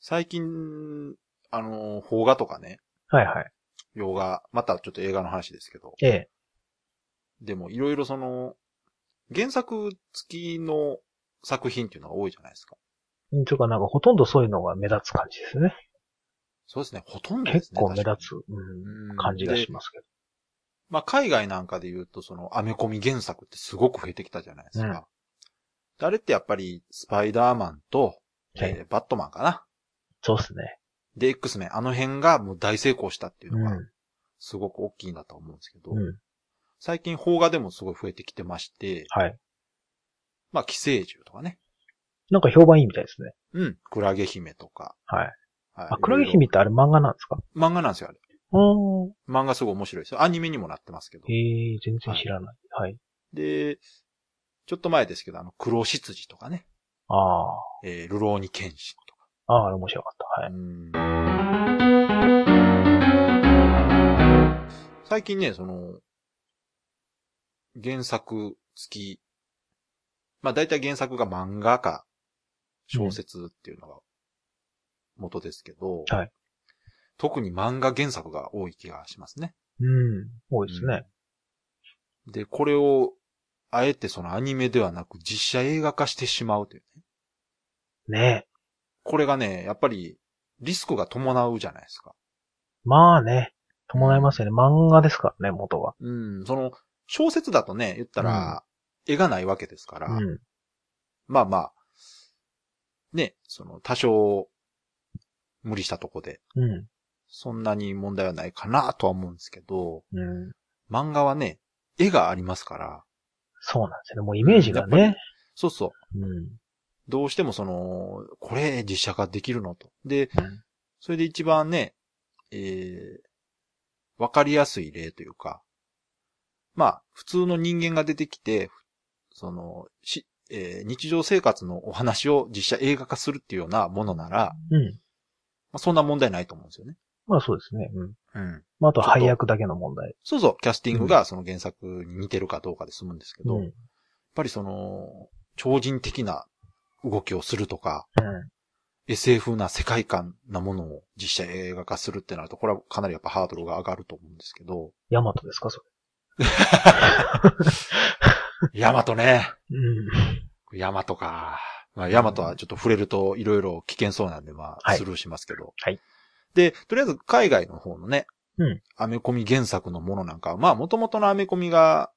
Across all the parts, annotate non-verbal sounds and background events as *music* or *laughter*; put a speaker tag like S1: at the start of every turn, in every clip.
S1: 最近、あの、邦画とかね、
S2: はいはい。
S1: 洋画、またちょっと映画の話ですけど、
S2: ええ。
S1: でもいろいろその、原作付きの作品っていうのが多いじゃないですか。
S2: うんというかなんかほとんどそういうのが目立つ感じですね。
S1: そうですね、ほとんどです
S2: 結
S1: ね。
S2: 構目立
S1: 確か
S2: つ、うん、
S1: にうん。
S2: 感じがしますすけど。
S1: でまあ、海外なんかで言うと、その、アメコミ原作ってすごく増えてきたじゃないですか。
S2: うん
S1: であれってやっぱり、スパイダーマンと、
S2: はい
S1: えーバットマンかな。
S2: そうですね。
S1: で、X メン、あの辺がもう大成功したっていう
S2: う
S1: のが、
S2: ん。
S1: すごく大きいんだと思うんですけど、
S2: うん。
S1: 最近、邦画でもすごい増えてきてまして、
S2: はい。
S1: まあ、寄生獣とかね。
S2: なんか評判いいみたいですね。
S1: うん。クラゲ姫とか。
S2: はい。
S1: はい
S2: あ、黒木姫っ
S1: い
S2: てあれ漫画なんですか
S1: ろいろ漫画なんですよ、あれ。
S2: うん。
S1: 漫画すごい面白いですよ。アニメにもなってますけど。
S2: ええ全然知らない。はい。
S1: で、ちょっと前ですけど、あの、黒執事とかね。
S2: あ
S1: えー、ルローニケンシンとか。
S2: あ。ああ、あれ面白かった。は
S1: う
S2: い。
S1: ん最近ね、その、原作付き、まあ大体原作が漫画か小説っていうのが元ですけど、
S2: はい
S1: 特に漫画原作が多い気がしますね。
S2: うん。多いですね。
S1: で、これを、あえてそのアニメではなく実写映画化してしまうというね。
S2: ねえ。
S1: これがね、やっぱりリスクが伴うじゃないですか。
S2: まあね。伴いますよね。漫画ですからね、元は。
S1: うん、その、小説だとね、言ったら、絵がないわけですから、
S2: うん。
S1: まあまあ、ね、その、多少、無理したとこで、
S2: うん。
S1: そんなに問題はないかなとは思うんですけど、
S2: うん。
S1: 漫画はね、絵がありますから、
S2: そうなんですよね。もうイメージがね。
S1: そうそう、
S2: うん。
S1: どうしてもその、これ実写化できるのと。で、
S2: うん
S1: それで一番ね、えー、わかりやすい例というか、まあ、普通の人間が出てきて、その、し、えー日常生活のお話を実写映画化するっていうようなものなら、
S2: うん。
S1: まあ、そんな問題ないと思うんですよね。
S2: まあそうですね。うん。
S1: うん。
S2: まああとは配役だけの問題。
S1: そうそう、キャスティングがその原作に似てるかどうかで済むんですけど、
S2: うん。う
S1: やっ
S2: ん。
S1: ぱりその、超人的な動きをするとか、SF な世界観なものを実写映画化するってなると、これはかなりやっぱハードルが上がると思うんですけど、
S2: ヤマトですかそ
S1: *laughs* ヤマトね。
S2: れ。うん。
S1: ヤマトか。まあ、ヤマトはちょっと触れるといろいろ危険そうなんで、まあ、
S2: はい
S1: スルーしますけど。
S2: はい
S1: で、とりあえず海外の方のね、
S2: うん
S1: アメコミ原作のものなんかは、まあ、元々のアメコミが、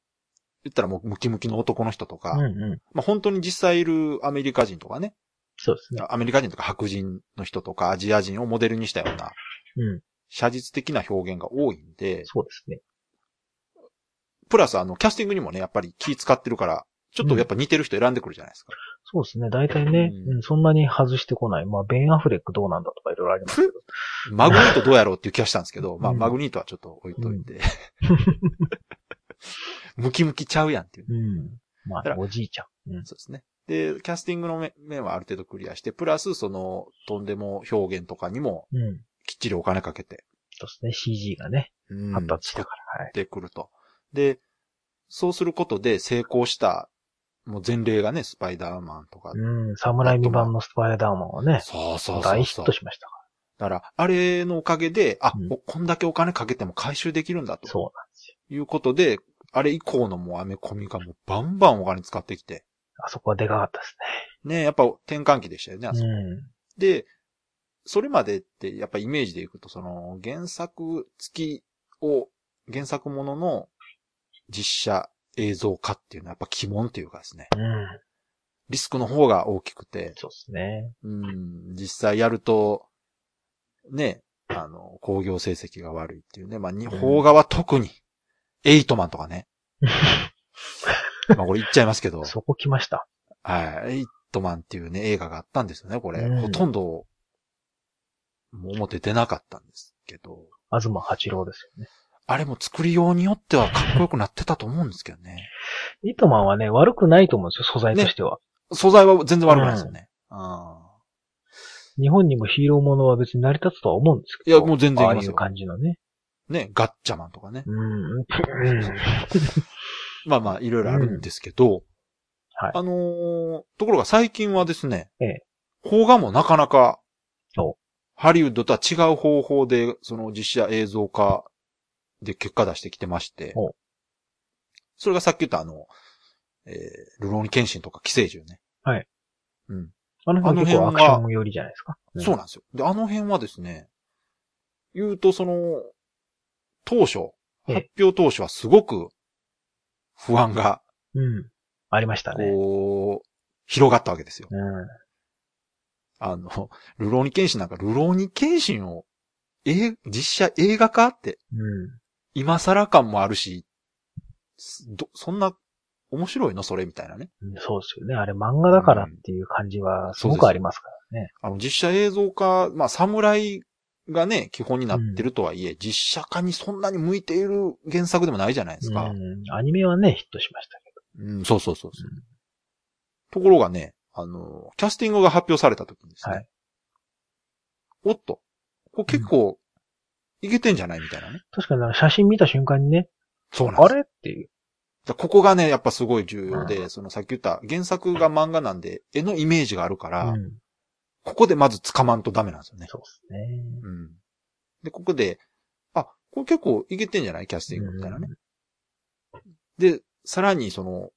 S1: 言ったらもうムキムキの男の人とか、
S2: うんうん。
S1: まあ、本当に実際いるアメリカ人とかね、
S2: そうですね。
S1: アメリカ人とか白人の人とかアジア人をモデルにしたような、
S2: うん。
S1: 写実的な表現が多いんで、
S2: そうですね。
S1: プラスあの、キャスティングにもね、やっぱり気使ってるから、ちょっとやっぱ似てる人選んでくるじゃないですか。 *laughs*
S2: そうですね。大体ね、
S1: うん
S2: うん、そんなに外してこない。まあ、ベン・アフレックどうなんだとかいろいろありますけど。
S1: マグニートどうやろうっていう気がしたんですけど、まあ、
S2: うん
S1: マグニートはちょっと置いといて。 *laughs* ムキムキちゃうやんっていう。
S2: うん。まあ
S1: だか、ら
S2: おじいちゃん。うん。
S1: そうですね。で、キャスティングの面面はある程度クリアして、プラスその、とんでも表現とかにも
S2: うん。
S1: きっちりお金かけて、
S2: そうですね。CG がね、
S1: うん
S2: 発達し
S1: 作
S2: た
S1: っ
S2: から。はい。
S1: てくると。で、そうすることで成功した、もう前例がね、スパイダーマンとか。
S2: うん。侍未版のスパイダーマンはね、
S1: そうそうそうそう。
S2: 大ヒットしましたか
S1: だから、あれのおかげで、あ、
S2: うん
S1: おこんだけお金かけても回収できるんだ
S2: ら。
S1: と
S2: そうなんですよ。
S1: いうことで、あれ以降のもうアメコミがもうバンバンお金使ってきて、
S2: あそこはでかかったです
S1: ね、やっぱ転換期でしたよね、あそこ
S2: ね。うん。
S1: で、それまでってやっぱイメージでいくと、その原作付きを、原作ものの実写映像化っていうのはやっぱ鬼門というかですね、
S2: うん。
S1: リスクの方が大きくて、
S2: そうですね。
S1: うん、実際やると、ね、あの、工業成績が悪いっていうね。まあ、日
S2: うん
S1: 邦画は特に、エイトマンとかね。まあ、これ言っちゃいますけど、
S2: *laughs* そこ来ました。
S1: はい。エイトマンっていうね、映画があったんですよね、これ。
S2: うん
S1: ほとんど、もう表出なかったんですけど、
S2: 東八郎ですよね。
S1: あれも作りようによってはかっこよくなってたと思うんですけどね。
S2: イトマンはね、悪くないと思うんですよ、素材としては。
S1: 素材は全然悪くないですよね。うん。
S2: 日本にもヒーローものは別に成り立つとは思うんです
S1: い
S2: けど。
S1: や、もう全然
S2: あ
S1: い
S2: あ
S1: ま
S2: い
S1: す
S2: う
S1: よ。
S2: 感じのね。
S1: ね、ガッチャマンとかね。
S2: うん。うん
S1: まあまあ、いろいろあるんですけど、
S2: はい
S1: あのーところが最近はですね、
S2: ええ
S1: 邦画もなかなか
S2: そ、
S1: ハリウッドとは違う方法で、その実写映像化で結果出してきてまして
S2: お、
S1: それがさっき言ったあの、えー、ルローニケンシンとか寄生獣ね。
S2: はい。
S1: うん。
S2: あの
S1: あの
S2: 辺は
S1: 辺
S2: 結構
S1: は
S2: アクション寄りじゃないですか。
S1: そうなんですよ。で、あの辺はですね、言うとその、当初、
S2: ええ
S1: 発表当初はすごく不安が、
S2: うん。うん。ありましたね。
S1: こう、広がったわけですよ。
S2: うん。
S1: あの、 *laughs* ルローニケンシンなんか、ルローニケンシンを、え、実写映画化って、
S2: うん。
S1: 今更感もあるし、すど、そんな、面白いのそれみたいなね。
S2: うんそうですよね。あれ漫画だからっていう感じはすごくありますからね。
S1: あの、実写映像化、まあ、侍がね、基本になってるとはいえ、実写化にそんなに向いている原作でもないじゃないですか。
S2: うん。アニメはね、ヒットしましたけ
S1: うん、そうそうそうそう、
S2: うん
S1: ところがね、あの、キャスティングが発表された時にですね。
S2: はい
S1: おっと、これ結構、いけてんじゃないみたいなね。
S2: ど。確かにあの写真見た瞬間にね、
S1: そうなんで
S2: あ
S1: す。
S2: れっていう。
S1: だここがね、やっぱすごい重要で、
S2: う
S1: そのさっき言った原作が漫画なんで、絵のイメージがあるか
S2: う
S1: ら、
S2: ん。
S1: ここでまず掴まんとダメなんですよね。
S2: そうですね。
S1: うん。で、ここで、あ、これ結構いけてんじゃないキャスティングみたいなね。で、さらにその、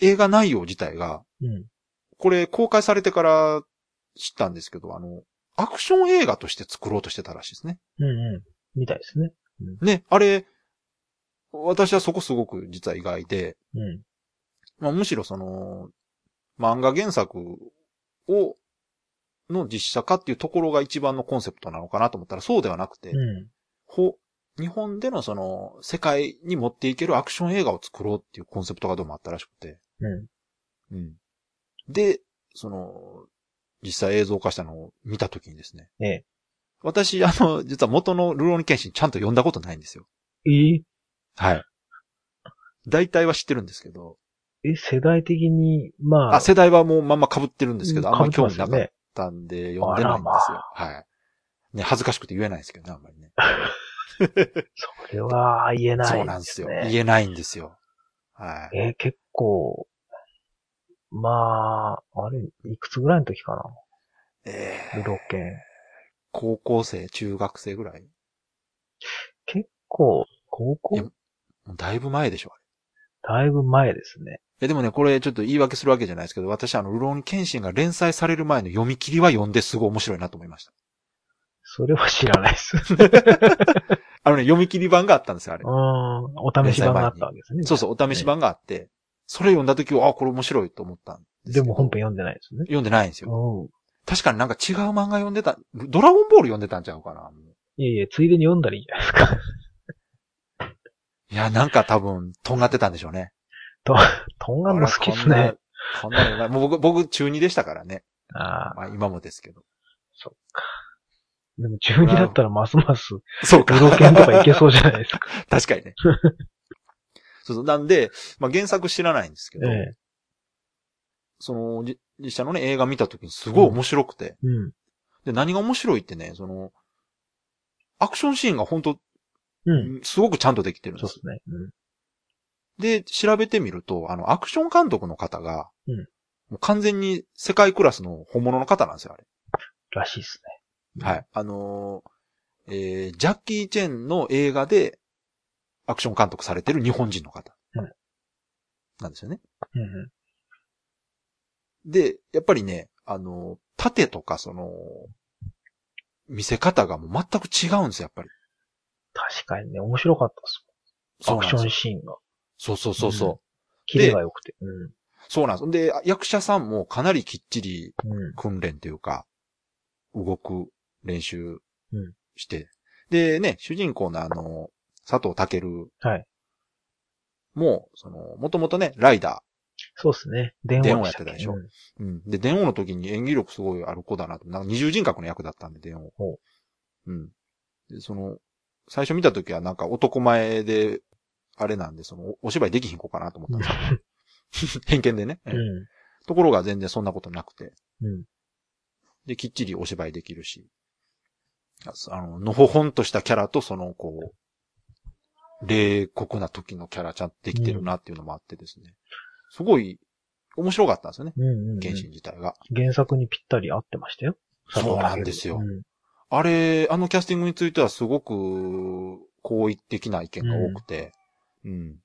S1: 映画内容自体が、
S2: うん。
S1: これ公開されてから知ったんですけど、あの、アクション映画として作ろうとしてたらしいですね。
S2: うんうん。みたいですね。
S1: ね、あれ、私はそこすごく実は意外で、
S2: うん。
S1: まあ、むしろその、漫画原作を、の実写化っていうところが一番のコンセプトなのかなと思ったらそうではなくて、
S2: うん。
S1: ほ、日本でのその、世界に持っていけるアクション映画を作ろうっていうコンセプトがどうもあったらしくて。
S2: うん。
S1: うん。で、その、実際映像化したのを見たときにですね。
S2: ええ
S1: 私、あの、実は元のルローニケンシンちゃんと読んだことないんですよ。
S2: え
S1: はい。大体は知ってるんですけど、
S2: え、世代的に、まあ、
S1: あ、世代はもうまんま被ってるんですけど、あんま興味な
S2: 被って
S1: か
S2: ますよ
S1: っ
S2: ね。
S1: たんで読んでないんですよ。はい。ね、恥ずかしくて言えないですけどね、あんまりね。
S2: それは言えない、
S1: そうなんですよ。
S2: ね
S1: 言えないんですよ。はい。
S2: えー結構、まあ、あれ、いくつぐらいの時か
S1: え
S2: な、
S1: ー
S2: ルロケン。
S1: 高校生、中学生ぐらい
S2: 結構、高
S1: いや
S2: 校
S1: もうだいぶ前でしょ。あれ
S2: だいぶ前ですね。
S1: いやでもね、これちょっと言い訳するわけじゃないですけど、私あの、ルローニケンシンが連載される前の読み切りは読んですごい面白いなと思いました。
S2: それは知らな
S1: *laughs*
S2: いです。うん。
S1: あのね、読み切り版があったんですよ、あれ。
S2: お試し版があったわけですね。
S1: そうそう、お試し版があって、それ読んだ時は、あ、これ面白いと思ったんですけ
S2: で
S1: ど
S2: も本編読んでないですね。
S1: 読んでないんですよ。
S2: う
S1: 確かになんか違う漫画読んでた、ドラゴンボール読んでたんちゃうかな。
S2: ん。いえいえ、ついでに読んだらいいじゃないですか。
S1: いや、なんか多分、とんがってたんでしょうね。
S2: とんがんの好きです
S1: あ
S2: ね
S1: ら。こんな、こんなの
S2: *laughs*
S1: ないもう僕、僕中2でしたからね。
S2: ああ、
S1: まあ今もですけど。
S2: そっか。でも12だったらますます、
S1: そうか
S2: ル *laughs* ロケンとかいけそうじゃないです
S1: *laughs*
S2: か。
S1: 確かに
S2: *laughs*
S1: ね。そうそう。なんで、まあ、原作知らないんですけ
S2: え
S1: ど、
S2: え。
S1: その、じ実写のね、映画見た時にすごい面白くて、
S2: うん。
S1: で、何が面白いってね、その、アクションシーンが本当
S2: うん。
S1: すごくちゃんとできてるん
S2: そ
S1: で
S2: う
S1: す。
S2: ですね。うん。
S1: で、調べてみると、あの、アクション監督の方が、
S2: うん
S1: もう完全に世界クラスの本物の方なんですよ、あれ。
S2: らしいですうん
S1: はい。あのーえージャッキー・チェンの映画で、アクション監督されてる日本人の方。
S2: うん
S1: なんですよね。
S2: ね。うん。
S1: で、やっぱりね、あの、縦とかその、見せ方がもう全く違うんですよ、やっぱり。
S2: 確かにね、面白かったです
S1: そう
S2: も。
S1: ん
S2: ア
S1: な
S2: ク
S1: ん
S2: シ
S1: です
S2: ョン
S1: よ。
S2: シーンが。
S1: そうそうそうそ
S2: キレが良くて。う
S1: う。そうなんです。で、役者さんもかなりきっちり
S2: ん。うん。
S1: 訓練というか、動く練習
S2: うん
S1: して。でね、主人公のあの、佐藤健
S2: はい。
S1: も、その、もともとね、ライダ
S2: そうですね。電話
S1: 電話
S2: も
S1: やってたでしょ
S2: うん
S1: ー。うん。で、電王の時に演技力すごいある子だなと。なんか二重人格の役だったんで、電王。
S2: ほ
S1: うん。で、その、最初見た時はなんか男前で、あれなんで、その、おお芝居できひん子かなと思ったんです
S2: *laughs*
S1: よ。偏見でね、
S2: うん。
S1: ところが全然そんなことなくて。
S2: うん。
S1: で、きっちりお芝居できるし。あそあの、のほほんとしたキャラと、その、こう、冷酷な時のキャラちゃんとできてるなっていうのもあってですね。すごい、面白かったんですよね。
S2: うん。うん。
S1: 原神自体が。
S2: 原作にぴったり合ってましたよ。
S1: そうなんですよ
S2: うん。
S1: あれ、あのキャスティングについてはすごく、好意的な意見が多くて、うん。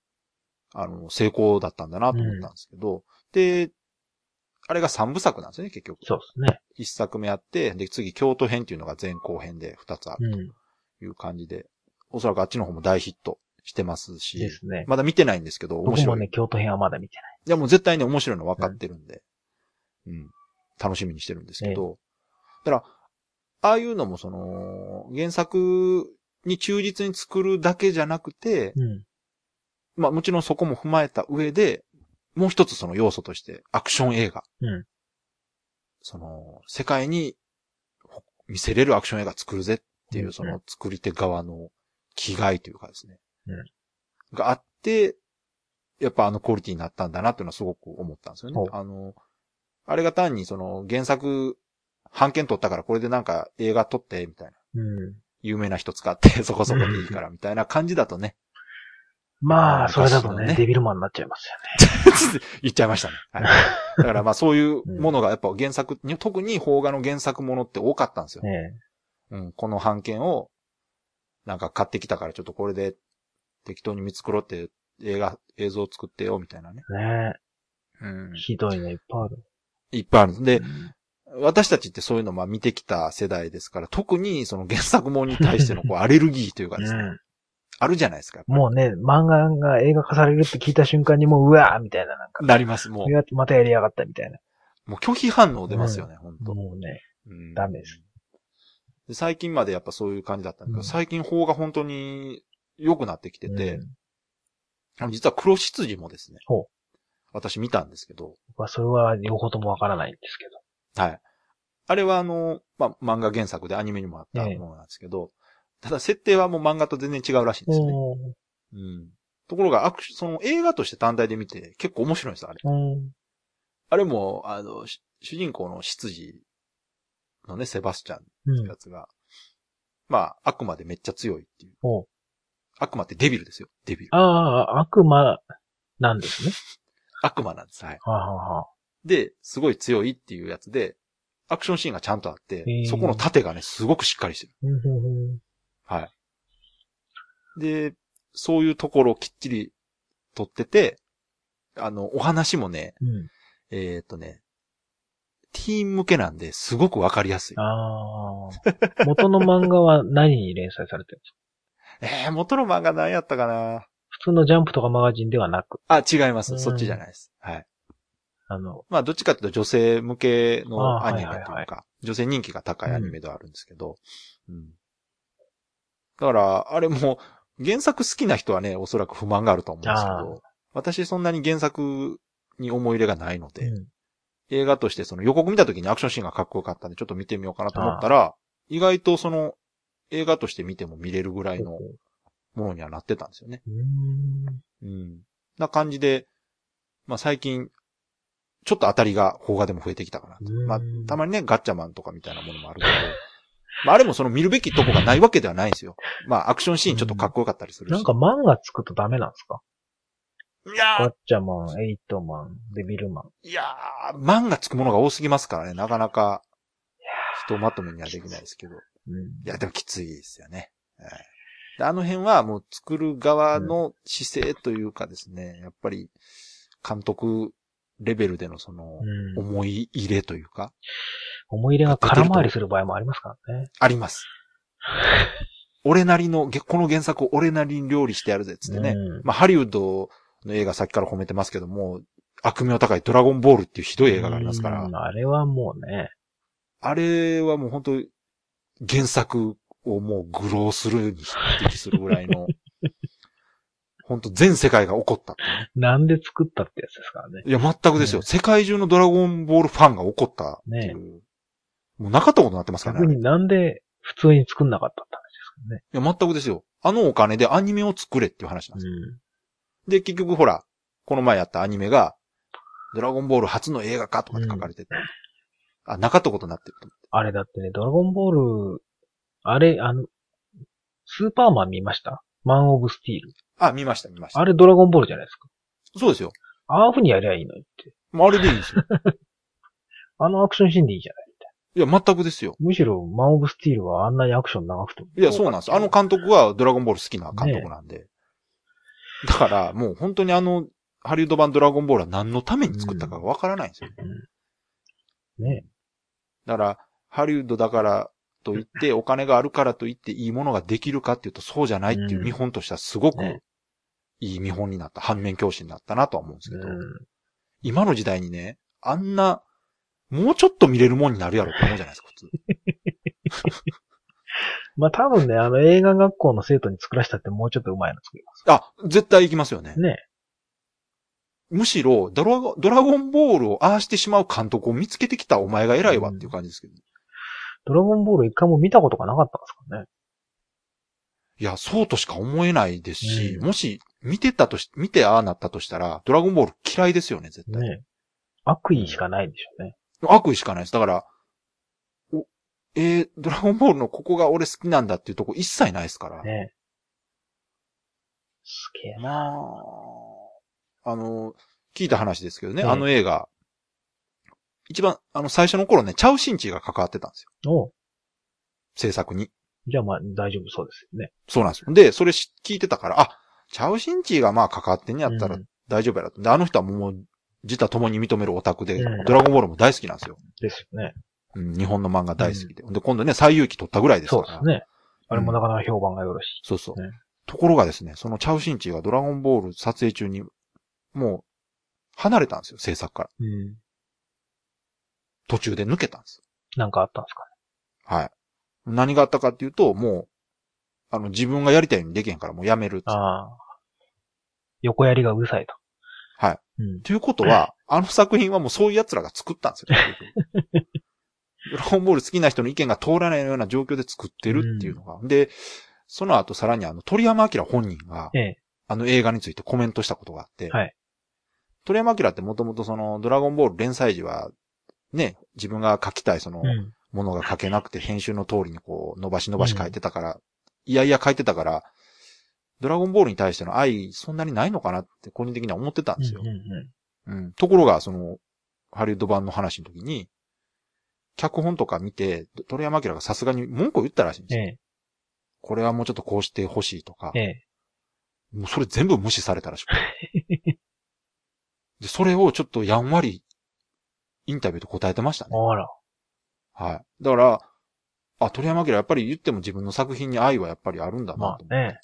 S1: あの、成功だったんだなと思ったんですけど、で、あれが3部作なんですよね、結局。
S2: そうですね。
S1: 1作目あって、で、次、京都編っていうのが前後編で2つある
S2: うん。
S1: という感じで、おそらくあっちの方も大ヒットしてますし、
S2: ですね。
S1: まだ見てないんですけど、面
S2: 僕も
S1: 白い。
S2: ね、京都編はまだ見てない。
S1: いや、もう絶対ね、面白いの分かってるんで、うん、楽しみにしてるんですけど、だから、ああいうのもその、原作に忠実に作るだけじゃなくて、
S2: うん。
S1: まあもちろんそこも踏まえた上で、もう一つその要素として、アクション映画。
S2: うん
S1: その、世界にほ見せれるアクション映画作るぜってい
S2: うんう
S1: う、
S2: ん
S1: その作り手側の気概というかですね。
S2: うん
S1: があって、やっぱあのクオリティになったんだなっていうのはすごく思ったんですよね
S2: ほう。
S1: あの、あれが単にその原作、版権取ったからこれでなんか映画撮って、みたいな。
S2: うん。
S1: 有名な人使って、 *laughs* そこそこでいいから、みたいな感じだとね、
S2: ま
S1: あ
S2: あ、
S1: ー
S2: それだと
S1: 昔の
S2: ね、
S1: ね
S2: デビルマンになっちゃいますよね。
S1: 言っちゃいましたね。
S2: *laughs*
S1: はい、だからまあそういうものがやっぱ原作、特に邦画の原作ものって多かったんですよ。
S2: ね
S1: うん、この版権をなんか買ってきたからちょっとこれで適当に見繕って映画、映像を作ってよみたいなね。
S2: え。ね
S1: うん
S2: え。ひどいのいっぱいある。
S1: いっぱいあるんで
S2: う、ん
S1: 私たちってそういうのまあ見てきた世代ですから、特にその原作ものに対してのこうアレルギーというかですね、
S2: う
S1: あるじゃないですか。
S2: ん。もうね、漫画が映画化されるって聞いた瞬間にもう、うわーみたいな、なんか。
S1: なります。も
S2: うわまたやりやがったみたいな。
S1: う、もう拒否反応出ますよね、本当
S2: もうね、
S1: うん
S2: ダメです。
S1: で最近までやっぱそういう感じだったんだけど、
S2: うん
S1: 最近法が本当に良くなってきてて、
S2: うん
S1: あの実は黒執事もですね
S2: ほう、
S1: 私見たんですけど、
S2: 僕はそれは両方ともわからないんですけど。
S1: はい。あれはあの、まあ、漫画原作でアニメにもあった
S2: ええ
S1: ものなんですけど、ただ設定はもう漫画と全然違うらしいんですよね。
S2: う
S1: うん。ところが、アクシその映画として単体で見て結構面白いんですよ、あれ。
S2: ん。うん。
S1: あれも、あの、し主人公の執事のね、セバスチャン
S2: う
S1: って
S2: ん。
S1: やつが、まあ、悪魔でめっちゃ強いっていう。
S2: おう
S1: 悪魔ってデビルですよ、デビル。
S2: ああ、悪魔なんですね。
S1: 悪魔なんです。はい。
S2: はあ、はあはあ、
S1: で、すごい強いっていうやつで、アクションシーンがちゃんとあって
S2: へ、ー
S1: そこの盾がね、すごくしっかりしてる。
S2: うんうんうん
S1: はい。で、そういうところをきっちり撮ってて、あの、お話もね、
S2: うん。
S1: えーっとね、ティーン向けなんで、すごくわかりやすい。
S2: ああ。元の漫画は何に連載されてるんですか *laughs*
S1: えー、元の漫画何やったかな
S2: 普通のジャンプとかマガジンではなく、
S1: あ、違いま
S2: う
S1: す。
S2: ん
S1: そっちじゃないです。はい。
S2: あの、
S1: まあ、どっちかというと女性向けの
S2: あ
S1: ア
S2: ー
S1: ニメというか、
S2: はいはい
S1: 女性人気が高いアニメではあるんですけど、うん。だから、あれも、原作好きな人はね、おそらく不満があると思うんですけ
S2: あ
S1: ど、私そんなに原作に思い入れがないので、
S2: うん
S1: 映画としてその予告見た時にアクションシーンがかっこよかったんで、ちょっと見てみようかなと思ったら、意外とその、映画として見ても見れるぐらいのものにはなってたんですよね。
S2: うーん。
S1: うん。な感じで、まあ最近、ちょっと当たりが邦画でも増えてきたかなと。
S2: うん
S1: まあ、たまにね、ガッチャマンとかみたいなものもあるけど、 *laughs* まああれもその見るべきとこがないわけではないんですよ。まあアクションシーンちょっとかっこよかったりするし。
S2: なんか漫画つくとダメなんですか
S1: いや
S2: ガ
S1: ー
S2: ッチャマン、エイトマン、デビルマン。
S1: いやー、漫画つくものが多すぎますからね、なかなか、ひとまとめにはできないですけど。
S2: うん。
S1: いや、でもきついですよね。はいであの辺はもう作る側の姿勢というかですね、やっぱり監督レベルでのその
S2: うん、
S1: 思い入れというか、
S2: 思い入れが空回りする場合もありますからね。
S1: あります。俺なりの、げこの原作を俺なりに料理してやるぜっつってね。
S2: うん
S1: まあハリウッドの映画さっきから褒めてますけども、悪名高いドラゴンボールっていうひどい映画がありますから
S2: う、んあれはもうね。
S1: あれはもう本当原作をもう愚弄するに匹敵するぐらいの、 *laughs* 本当全世界が怒ったっていうね。
S2: なんで作ったってやつですからね。
S1: いや、全くですよ。
S2: ね
S1: 世界中のドラゴンボールファンが怒ったっていう。もうなかったことになってますから
S2: 逆
S1: ね。
S2: になんで普通に作んなかったって
S1: いや、全くですよ。あのお金でアニメを作れっていう話なん
S2: 話
S1: です
S2: で
S1: よ。
S2: すよね。
S1: で、結局ほら、この前やったアニメが、ドラゴンボール初の映画化とかって書かれてて、あ、なかったことになってると思って。
S2: あれだってね、ドラゴンボール、あれ、あの、スーパーマン見ましたマン・オブ・スティール。
S1: あ、見ました、見ました
S2: あ。れドラゴンボールじゃないですか。
S1: そうですよ。
S2: ああいう風にやりゃいいのにって。
S1: もうあれでいいんですよ。
S2: あのアクションシーンでいいじゃない。
S1: いや、全くですよ。
S2: むしろ、マン・オブ・スティールはあんなにアクション長くても。
S1: いや、そうなんです。あの監督はドラゴンボール好きな監督なんで。だから、もう本当にあの、ハリウッド版ドラゴンボールは何のために作ったかがわからないんですよ。
S2: ね。
S1: だから、ハリウッドだからといって、お金があるからといっていいものができるかっていうとそうじゃないっていう見本としてはすごく
S2: ね
S1: いい見本になった。反面教師になったなとは思うんですけ
S2: う
S1: ど。
S2: ん。
S1: 今の時代にね、あんな、もうちょっと見れるもんになるやろって思うじゃないですか、普通。
S2: まあ、多分ね、あの、映画学校の生徒に作らせたってもうちょっと上手いの作ります。
S1: あ、絶対行きますよね。
S2: ね。
S1: むしろドラゴン、ドラゴンボールをああしてしまう監督を見つけてきたお前が偉いわっていう感じですけど。
S2: ドラゴンボール一回も見たことがなかったんですからね。
S1: いや、そうとしか思えないですし、
S2: うん
S1: もし見てたとし、見てああなったとしたら、ドラゴンボール嫌いですよね、絶対。
S2: ね悪意しかないんでしょうね。
S1: 悪意しかないです。だから、お、えー、ドラゴンボールのここが俺好きなんだっていうとこ一切ないですから。
S2: ねすげえな。
S1: まあ、あの、聞いた話ですけどね、
S2: ええ
S1: あの映画、一番、あの、最初の頃ね、チャウシンチーが関わってたんですよ。
S2: おう
S1: 制作に。
S2: じゃあまあ大丈夫そうですよね。
S1: そうなんですよ。で、それし聞いてたから、あ、チャウシンチーがまあ関わってんやったら
S2: うん
S1: 大丈夫やろと。で、あの人はもう、自他共に認めるオタクで、
S2: うん
S1: ドラゴンボールも大好きなんですよ。
S2: ですよね。
S1: うん、日本の漫画大好きで。で、今度ね、最遊記取ったぐらいですか
S2: そ
S1: ら。
S2: うですね。あれもなかなか評判がよろしい。
S1: そうそう。
S2: ね
S1: ところがですね、そのチャウシンチーがドラゴンボール撮影中に、もう、離れたんですよ、制作から。
S2: うん。
S1: 途中で抜けたんです。
S2: なんかあったんですか
S1: はい。何があったかっていうと、もう、あの、自分がやりたいようにできへんからもうやめるっつ。
S2: ね。ああ。横やりがうるさいと。
S1: はい。
S2: うん。
S1: ということは、あの作品はもうそういう奴らが作ったんですよ。
S2: *laughs*
S1: 結局ドラゴンボール好きな人の意見が通らないような状況で作ってるっていうのが。で、その後さらにあの、鳥山明本人が、
S2: ええ。
S1: あの映画についてコメントしたことがあって、
S2: はい
S1: 鳥山明ってもともとその、ドラゴンボール連載時は、ね、自分が書きたいその、
S2: うん。
S1: ものが書けなくて、編集の通りにこう、伸ばし伸ばし書いてたから、いやいや書いてたから、ドラゴンボールに対しての愛、そんなにないのかなって、個人的には思ってたんですよ
S2: うん。う
S1: うん。ところが、その、ハリウッド版の話の時に、脚本とか見て、鳥山明がさすがに文句を言ったらしいんで
S2: ん。
S1: すよ。
S2: え
S1: これはもうちょっとこうしてほしいとか
S2: え。え、え。
S1: もうそれ全部無視されたらしく
S2: *laughs*
S1: てで、それをちょっとやんわり、インタビューで答えてましたね。
S2: あら。
S1: はい。だから、あ、鳥山明やっぱり言っても自分の作品に愛はやっぱりあるんだな
S2: ま
S1: と。
S2: あね。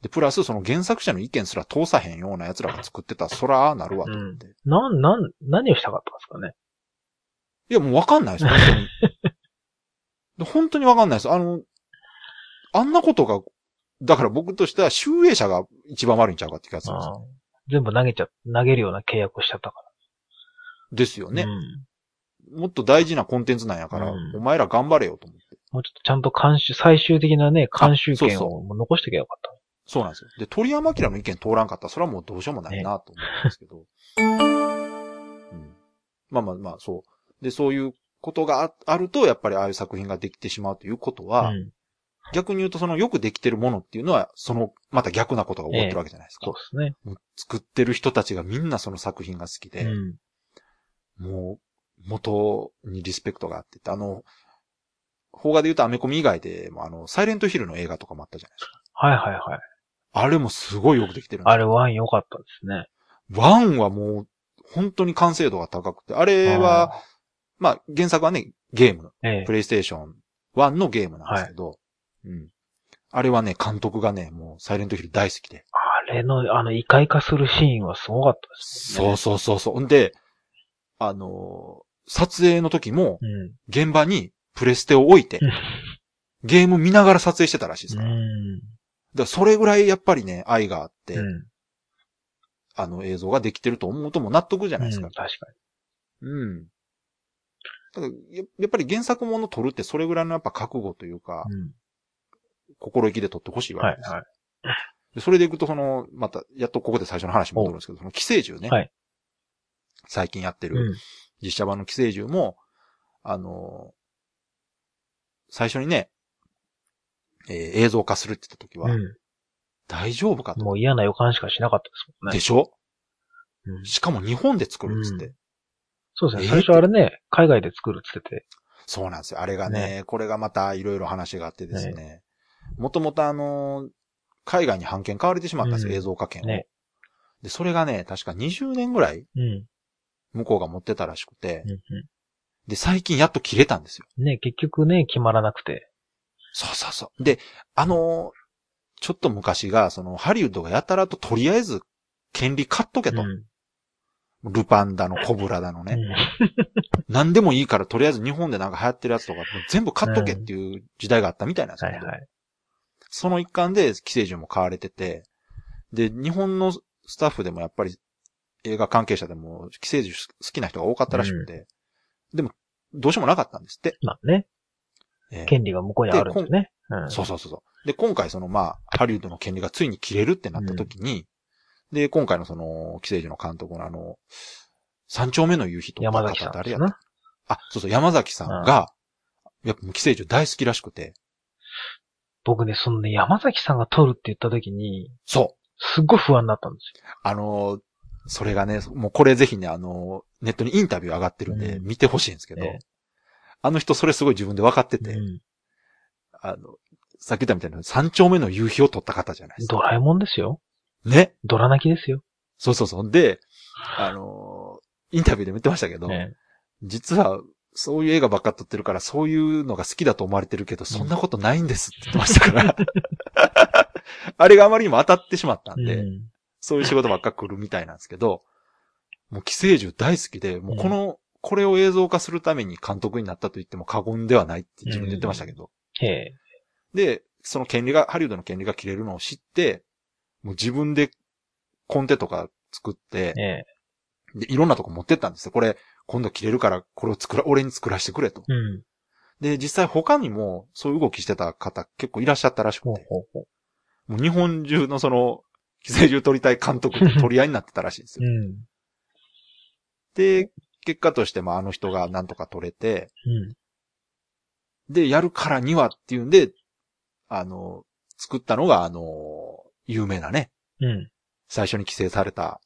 S1: で、プラスその原作者の意見すら通さへんような奴らが作ってたら、そらああなるわと思って。い
S2: なん、なん、何をしたかったんですかね。
S1: や、もうわかんない
S2: *laughs*
S1: です、本当に。で本当にわかんないです。あの、あんなことが、だから僕としては、集英者が一番悪いんちゃうかって気がするんです
S2: あ
S1: よ
S2: あ全部投げちゃ、投げるような契約をしちゃったか
S1: ですよ
S2: ら。う
S1: ね。
S2: ん。
S1: もっと大事なコンテンツなんやから、
S2: うん
S1: お前ら頑張れよと思って。
S2: もうちょっとちゃんと監修、最終的なね、監修
S1: あ
S2: 権
S1: そう
S2: をもう残しておけばよかっ
S1: そうなんですよ。で、鳥山明の意見通らんかったら、それはもうどうしようもないなと思うんです
S2: *laughs*
S1: けど。うん、まあまあまあ、そう。で、そういうことがああると、やっぱりああいう作品ができてしまうということ
S2: た。
S1: は、
S2: うん。
S1: 逆に言うとそのよくできてるものっていうのは、その、また逆なことが起こってるわけじゃないですか。
S2: そうですね。
S1: もう作ってる人たちがみんなその作品が好きで、
S2: うん。
S1: もう、元にリスペクトがあってって、あの、邦画で言うとアメコミ以外でも、あの、サイレントヒルの映画とかもあったじゃないですか。
S2: はいはいはい。
S1: あれもすごいよくできてるんですよ
S2: あれワイン良かったですね。
S1: ワンはもう、本当に完成度が高くて、あれは、まあ、原作はね、ゲーム、
S2: あー、ええ
S1: プレイステーション1のゲームなんですけど、うん。あれはね、監督がね、もう、サイレントヒル大好きで。
S2: あれの、あの、異界化するシーンはすごかったです
S1: そ
S2: ね。
S1: うそうそうそう。んで、あのー撮影の時も、
S2: う。
S1: 現場にプレステを置いて
S2: うん、
S1: ゲーム見ながら撮影してたらしいです
S2: ん。
S1: から。だか
S2: うん。
S1: ら、それぐらいやっぱりね、愛があって、
S2: うん。
S1: あの映像ができてると思うともう納得じゃないです
S2: 確
S1: か。
S2: か
S1: うん。ただややっぱり原作もの撮るってそれぐらいのやっぱ覚悟というか、
S2: に。うん。
S1: 心意気で撮ってほしいわ
S2: は
S1: け
S2: い
S1: です。
S2: はい。
S1: でそれでいくとその、また、やっとここで最初の話戻るんですけど、その寄生獣ね。
S2: はい
S1: 最近やってる
S2: うん。
S1: 実写版の寄生獣も、あのー最初にね、えー映像化するって言った時は、
S2: う
S1: 大丈夫か
S2: ん。
S1: と。
S2: もう嫌な予感しかしなかったですもんね
S1: で。しょ
S2: うん
S1: しかも日本で作るっつって。
S2: そうです
S1: え
S2: ね。
S1: ー
S2: 最初あれね、海外で作るって言ってて、
S1: そうなんですよ。あれがね、これがまたいろいろ話があってですね。もともとあのー海外に版権買われてしまったんですよ、
S2: うん
S1: 映像化権を、
S2: ね
S1: で、それがね、確か20年ぐらい
S2: うん。う
S1: 向こうが持ってたらしくて、
S2: ん
S1: で、最近やっと切れたんですよ。
S2: うん。ね、結局ね、決まらなくて。
S1: そうそうそう。で、あのーちょっと昔が、その、ハリウッドがやたらととりあえず、権利買っとけ
S2: うん
S1: と。ルパンだの、コブラだのね。
S2: うん
S1: 何でもいいから、とりあえず日本でなんか流行ってるやつとか、もう全部買っとけっていう時代があったみたいなんです
S2: は
S1: よ、
S2: いはい。
S1: その一環で寄生獣も買われてて、で、日本のスタッフでもやっぱり映画関係者でも寄生獣好きな人が多かったらしくて、でも、どうしようもなかったんですって。
S2: まあね、
S1: ええ
S2: 権利が向こうにあるんですね。うん。
S1: そうそうそうそう。で、今回そのまあ、ハリウッドの権利がついに切れるってなった時に、で、今回のその、寄生獣の監督のあの、三丁目の夕日とか、
S2: 山崎さん
S1: あ
S2: で
S1: れ
S2: す
S1: や
S2: よ
S1: った
S2: な。
S1: あ、そうそう、山崎さんが、やっぱ寄生獣大好きらしくて、
S2: 僕ね、そのね、山崎さんが撮るって言った時に、
S1: そう。
S2: すっごい不安になったんです
S1: あのー、それがね、もうこれぜひね、あのー、ネットにインタビュー上がってるんで、
S2: うん
S1: 見てほしいんですけど、
S2: ええ
S1: あの人それすごい自分で分かってて、
S2: よ。うん。
S1: あの、さっき言ったみたいな三丁目の夕日を撮った方じゃないです
S2: ド
S1: か。
S2: ラえもんですよ。
S1: ね。
S2: ドラ泣きですよ。
S1: そうそうそう。で、あのー、インタビューでも言ってましたけど、
S2: ね
S1: 実は、そういう映画ばっか撮ってるから、そういうのが好きだと思われてるけど、そんなことないんですって言ってましたから。 *laughs* あれがあまりにも当たってしまったんで、
S2: うん
S1: そういう仕事ばっか来るみたいなんですけど、もう寄生獣大好きで、もうこの、これを映像化するために監督になったと言っても過言ではないって自分で言ってましたけど。
S2: へえ。
S1: で、その権利が、ハリウッドの権利が切れるのを知って、もう自分でコンテとか作って、
S2: ええ。
S1: で、いろんなとこ持ってったんですよ。これ、今度切れるから、これを作ら、俺に作らせてくれと。
S2: うん。
S1: で、実際他にも、そういう動きしてた方結構いらっしゃったらしく
S2: ほう
S1: て、
S2: ほうほ
S1: もう日本中のその、寄生獣取りたい監督
S2: *laughs*
S1: と取り合いになってたらしいんですよ
S2: う。う。ん。
S1: で、結果として、まあ、あの人がなんとか取れて、
S2: うん。
S1: で、やるからにはっていうんで、あの、作ったのが、あの、有名なね、
S2: うん。
S1: 最初に帰省された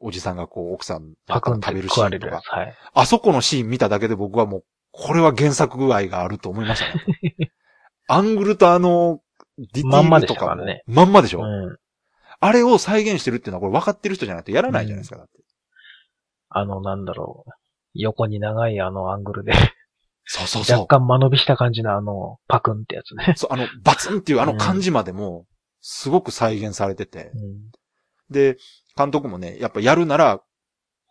S1: おじさんがこう、奥さん
S2: パクンって
S1: 食べるシ
S2: 食わ
S1: ー
S2: れ
S1: ンと
S2: るや
S1: か
S2: つ。、はい。
S1: あそこのシーン見ただけで僕はもう、これは原作具合があると思いましたね。
S2: *laughs*
S1: アングルとあの、ディテ
S2: まん
S1: ィー
S2: ま
S1: ル
S2: で
S1: と
S2: した
S1: か
S2: から
S1: も
S2: ね
S1: まんまでしょ、
S2: うん。
S1: あれを再現してるっていうのはこれ分かってる人じゃないとやらないじゃないですか。だって
S2: あの、なんだろう。横に長いあのアングルで、
S1: そうそうそう
S2: 若。干間延びした感じのあの、パクンってやつね。
S1: そう、あの、バツンっていうあの感じまでも、すごく再現されてて
S2: う。ん。
S1: で、監督もね、やっぱやるなら、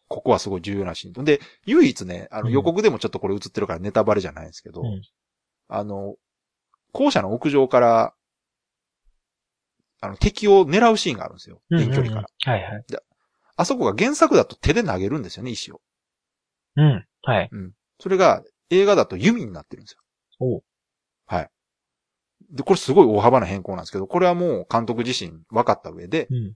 S1: ここはすごい重要なシーン。で、唯一ね、あの
S2: うん
S1: 予告でもちょっとこれ映ってるからネタバレじゃないんですけど、
S2: うん
S1: あの、校舎の屋上から、あの、敵を狙うシーンがあるんですよ。
S2: うん
S1: 遠距離から。。
S2: うんはいはい。
S1: あそこが原作だと手で投げるんですよね、石を。
S2: うん。はい。
S1: それが映画だと弓になってるんですよ。
S2: おう
S1: はい。で、これすごい大幅な変更なんですけど、これはもう監督自身分かった上で、
S2: うん。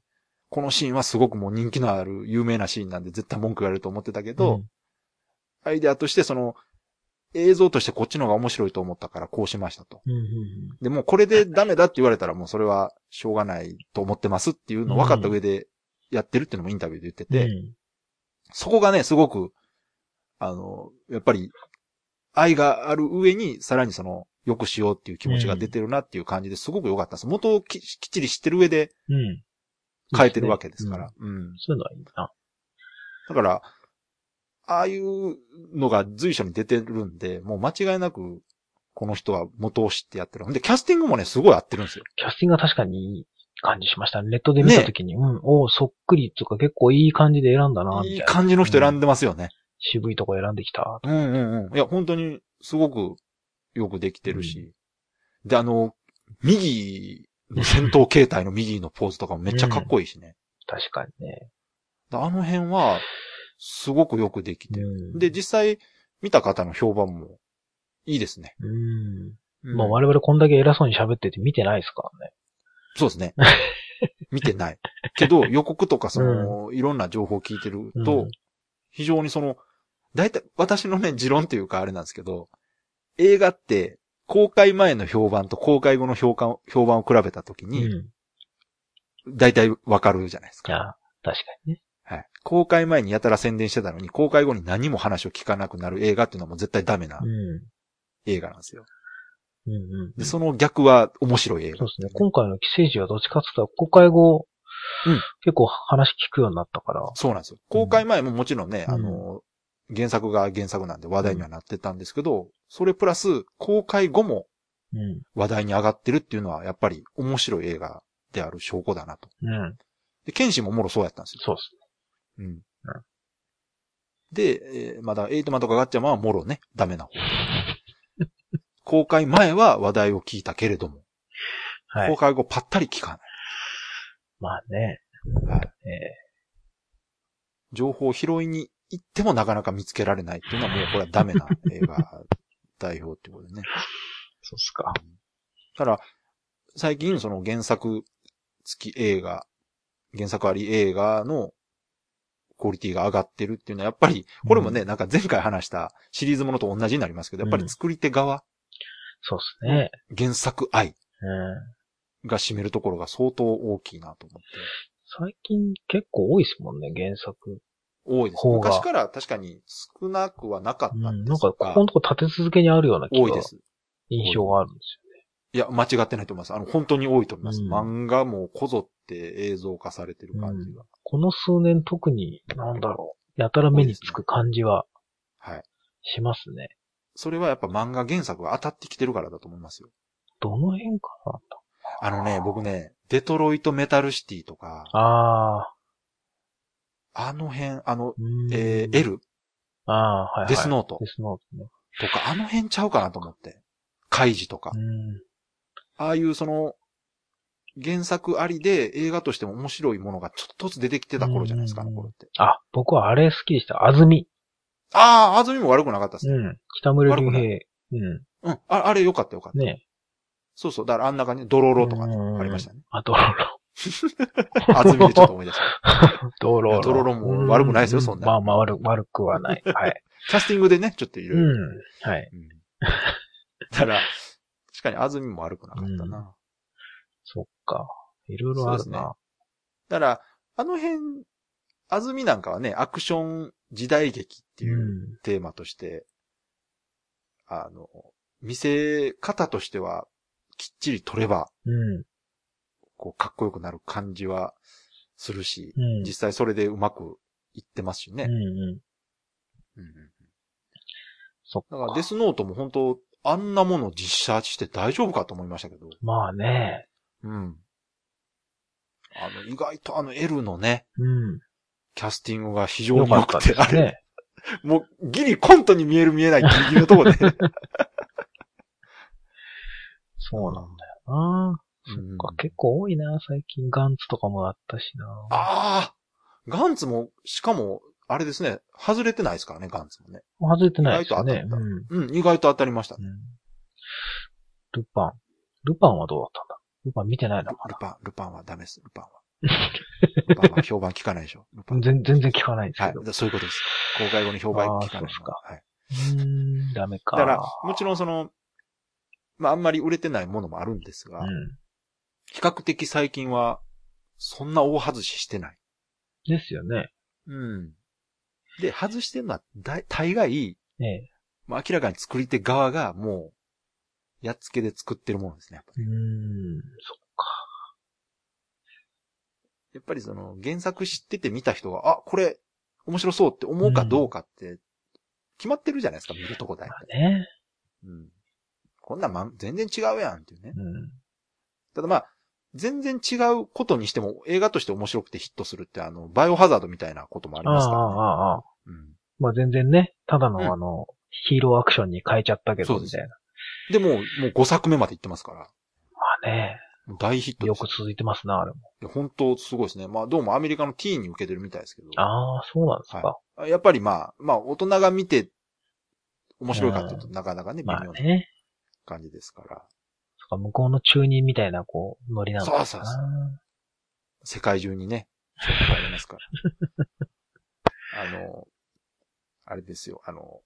S1: このシーンはすごくもう人気のある有名なシーンなんで絶対文句言われると思ってたけど、アイデアとしてその映像としてこっちの方が面白いと思ったからこうしましたと。
S2: うん。うん。
S1: で、もうこれでダメだって言われたらもうそれはしょうがないと思ってますっていうのを分かった上でやってるっていうのもインタビューで言って
S2: うん。
S1: て、
S2: うん
S1: そこがね、すごく、あの、やっぱり愛がある上にさらにその良くしようっていう気持ちが出てるなっていう感じですごく良かったです。元をききっちり知ってる上で
S2: うん。
S1: 変えてるわけですから。うん
S2: そういうのはいいな。
S1: だから、ああいうのが随所に出てるんで、もう間違いなく、この人は元を知ってやってる。ほんで、キャスティングもね、すごい合ってるんですよ。
S2: キャスティングは確かにいい感じしましたね。ネットで見たときに、うん、おうそっくりとか結構いい感じで選んだな、みた
S1: い
S2: い
S1: い
S2: な。
S1: 感じの人選んでますよね。
S2: 渋いとこ選んできた。
S1: うんうんうん。いや、本当に、すごく、よくできてるし。で、あの、右の戦闘形態の右のポーズとかもめっちゃかっこいいしね。
S2: 確かにね。
S1: であの辺は、すごくよくできてる。
S2: うん、
S1: で、実際、見た方の評判も、いいですね。
S2: うん。
S1: うん
S2: もう我々こんだけ偉そうに喋ってて見てないですからね。
S1: そうです
S2: *laughs*
S1: ね。見てない。けど、予告とかその、いろんな情報を聞いてると、
S2: うん
S1: 非常にその、大体、私のね、持論というかあれなんですけど、映画って、公開前の評判と公開後の評価評判を比べたとき
S2: う
S1: に、
S2: ん。
S1: 大体わかるじゃないです
S2: い
S1: か。
S2: や、確かにね。
S1: はい。公開前にやたら宣伝してたのに、公開後に何も話を聞かなくなる映画っていうのはもう絶対ダメな
S2: うん。
S1: 映画なんですよ。
S2: うんうん。
S1: で、その逆は面白い映画。
S2: そうですね。今回の寄生児はどっちかって言ったら、公開後、
S1: うん
S2: 結構話聞くようになったから。
S1: そうなんですよ。公開前ももちろんね、
S2: うん
S1: あの、原作が原作なんで話題にはなってたんですけど、それプラス公開後も
S2: うん。
S1: 話題に上がってるっていうのは、やっぱり面白い映画である証拠だなと。
S2: うん。
S1: で、剣心もおもろそうやったんですよ。
S2: そうです
S1: うん。で、えーまだ、エイトマンとかガッチャマンはもろね、ダメな方。 *laughs* 公開前は話題を聞いたけれども、
S2: ね。は
S1: 公
S2: い。
S1: 開後ぱったり聞か
S2: まあね。
S1: ない。はい。
S2: ええ
S1: 情報を拾いに行ってもなかなか見つけられないっていうのはもうこれはダメな映画代表ってことでね。
S2: そうっすか。
S1: ただ、最近その原作付き映画、原作あり映画のクオリティが上がってるっていうのはやっぱり、これもね、なんか前回話したシリーズものと同じになりますけど、やっぱり作り手側、
S2: そうっすね。
S1: 原作愛
S2: うん。
S1: が占めるところが相当大きいなと思って。
S2: 最近結構多いっすもんね、原作。
S1: 多いです。
S2: 方が
S1: 昔から確かに少なくはなか
S2: う
S1: ったん
S2: ん。
S1: で
S2: なん
S1: す
S2: か、
S1: が
S2: こ、このとこ立て続けにあるような気
S1: 多い
S2: が
S1: で、す。
S2: 印象があるんです
S1: いや、間違ってないと思います。あの、本当に多いと思います。
S2: うん
S1: 漫画もこぞって映像化されてる感じが。
S2: この数年特に、なんだろう、やたら目につく感じは
S1: はい。
S2: しますね。
S1: それはやっぱ漫画原作が当たってきてるからだと思いますよ。
S2: どの辺かな
S1: あのね、僕ね、デトロイトメタルシティとか、
S2: ああ、
S1: あの辺、あの、
S2: うーん
S1: えー、L
S2: ああ、はい、はい。
S1: デスノート
S2: デスノートね。
S1: とか、あの辺ちゃうかなと思って。カイジとか
S2: う。ん。
S1: ああいうその、原作ありで映画としても面白いものがちょっとずつ出てきてた頃じゃないですか、あ
S2: うん
S1: の頃って。
S2: あ、僕はあれ好きでした。あずみ。
S1: ああ、あずみも悪くなかったです
S2: う
S1: ね。
S2: ん。北村
S1: 悪
S2: 竜
S1: くな
S2: 兵。うん。
S1: うん。ああれよかったよかった。
S2: ね
S1: そうそう。だからあんな感じ、ドロロとかね
S2: うん
S1: ありましたね。
S2: あ、ドロロ。
S1: あずみでちょっと思い出した。
S2: *laughs* ドロロ。
S1: ドロロも悪くないですよ
S2: う
S1: そんな
S2: まあまあ悪く、悪く
S1: *laughs*
S2: はない。はい。
S1: キャスティングでね、ちょっといろ
S2: う
S1: いろ。
S2: ん。はい。
S1: うん。 *laughs* ただ、確かに安住も悪くなかったな。
S2: うそっか。いろいろあ
S1: そう
S2: る
S1: ですね
S2: な。。
S1: だから、あの辺、安住なんかはね、アクション時代劇っていううんテーマとして、あの、見せ方としては、きっちり取れば、
S2: うん。
S1: こう、かっこよくなる感じはするし、
S2: うん。
S1: 実際それでうまくいってますしね。
S2: うんうん。
S1: うんうん
S2: そっ
S1: だから
S2: か
S1: デ。スノートも本当あんなもの実写して大丈夫かと思いましたけど。
S2: まあね。
S1: うん。あの、意外とあの L のね、
S2: うん。
S1: キャスティングが非常
S2: よ
S1: に
S2: か
S1: 良
S2: った
S1: く
S2: で
S1: て、あ
S2: す
S1: れ、
S2: ね。
S1: もうギリコントに見える見えないギリギリのと
S2: *laughs*
S1: こで。
S2: そうなんだよな。
S1: うん
S2: そっか結構多いな、最近。ガンツとかもあったしな。
S1: ああガンツも、しかも、あれですね、外れてないですからね、ガンツもね。
S2: 外れてないですよ
S1: 意
S2: ね。
S1: 外
S2: う
S1: と
S2: ん
S1: 当。うん、意外と当たりました。
S2: う
S1: ル
S2: んルパン。ルパンはどうだったんだルパン見てないのか
S1: ルパン、ルパンはダメです、ルパンは。ルパンは評判聞かないでしょ、ルパ
S2: な
S1: ン。
S2: 全全然聞かないんです
S1: は
S2: け
S1: い
S2: ど。、
S1: そういうことです。公開後に評判聞か
S2: あーそう
S1: ない
S2: っすか
S1: はい。
S2: うーん、ダメか。
S1: だから、もちろんその、まああんまり売れてないものもあるんですが、
S2: うん。
S1: 比較的最近は、そんな大外ししてない。
S2: ですよね。
S1: うん。で、外してるのは大、大概、
S2: ええ。
S1: まあ明らかに作り手側がもう、やっつけで作ってるものですね。やっぱ
S2: う
S1: り
S2: ーん、そっか。
S1: やっぱりその、原作知ってて見た人が、あ、これ、面白そうって思うかどうかって、決まってるじゃないですか、見るとこ大
S2: まあ
S1: 体。
S2: ね。
S1: うん。こんなんまん、全然違うやんっていうね。
S2: うん。
S1: ただまあ、全然違うことにしても映画として面白くてヒットするって、あの、バイオハザードみたいなこともあり
S2: ああ、
S1: ま
S2: あ
S1: すから、ね。
S2: あ、ああ。
S1: うん。
S2: まあ全然ね、ただ
S1: うん
S2: のあの、ヒーローアクションに変えちゃったけ
S1: そう
S2: ど、
S1: で
S2: み
S1: す
S2: たいな。
S1: でもう、もう5作目まで行ってますから。
S2: まあね、
S1: もう大ヒットで
S2: よ
S1: すよ
S2: く続いてますな、あれも。
S1: いや本当すごいですね。まあ、どうもアメリカのティーンに受けてるみたいですけど。
S2: ああ、そうなんですか。
S1: やっぱりまあ、まあ、大人が見て、面白いかっていうと、なかなかね、微
S2: ま
S1: 妙な
S2: あね。
S1: 感じですから。
S2: そっか向こうの中人みたいな、こう、ノリなのかな。
S1: そうそうそ世界中にね、そういうのがあります
S2: *laughs*
S1: から。あの、あれですよ、あの、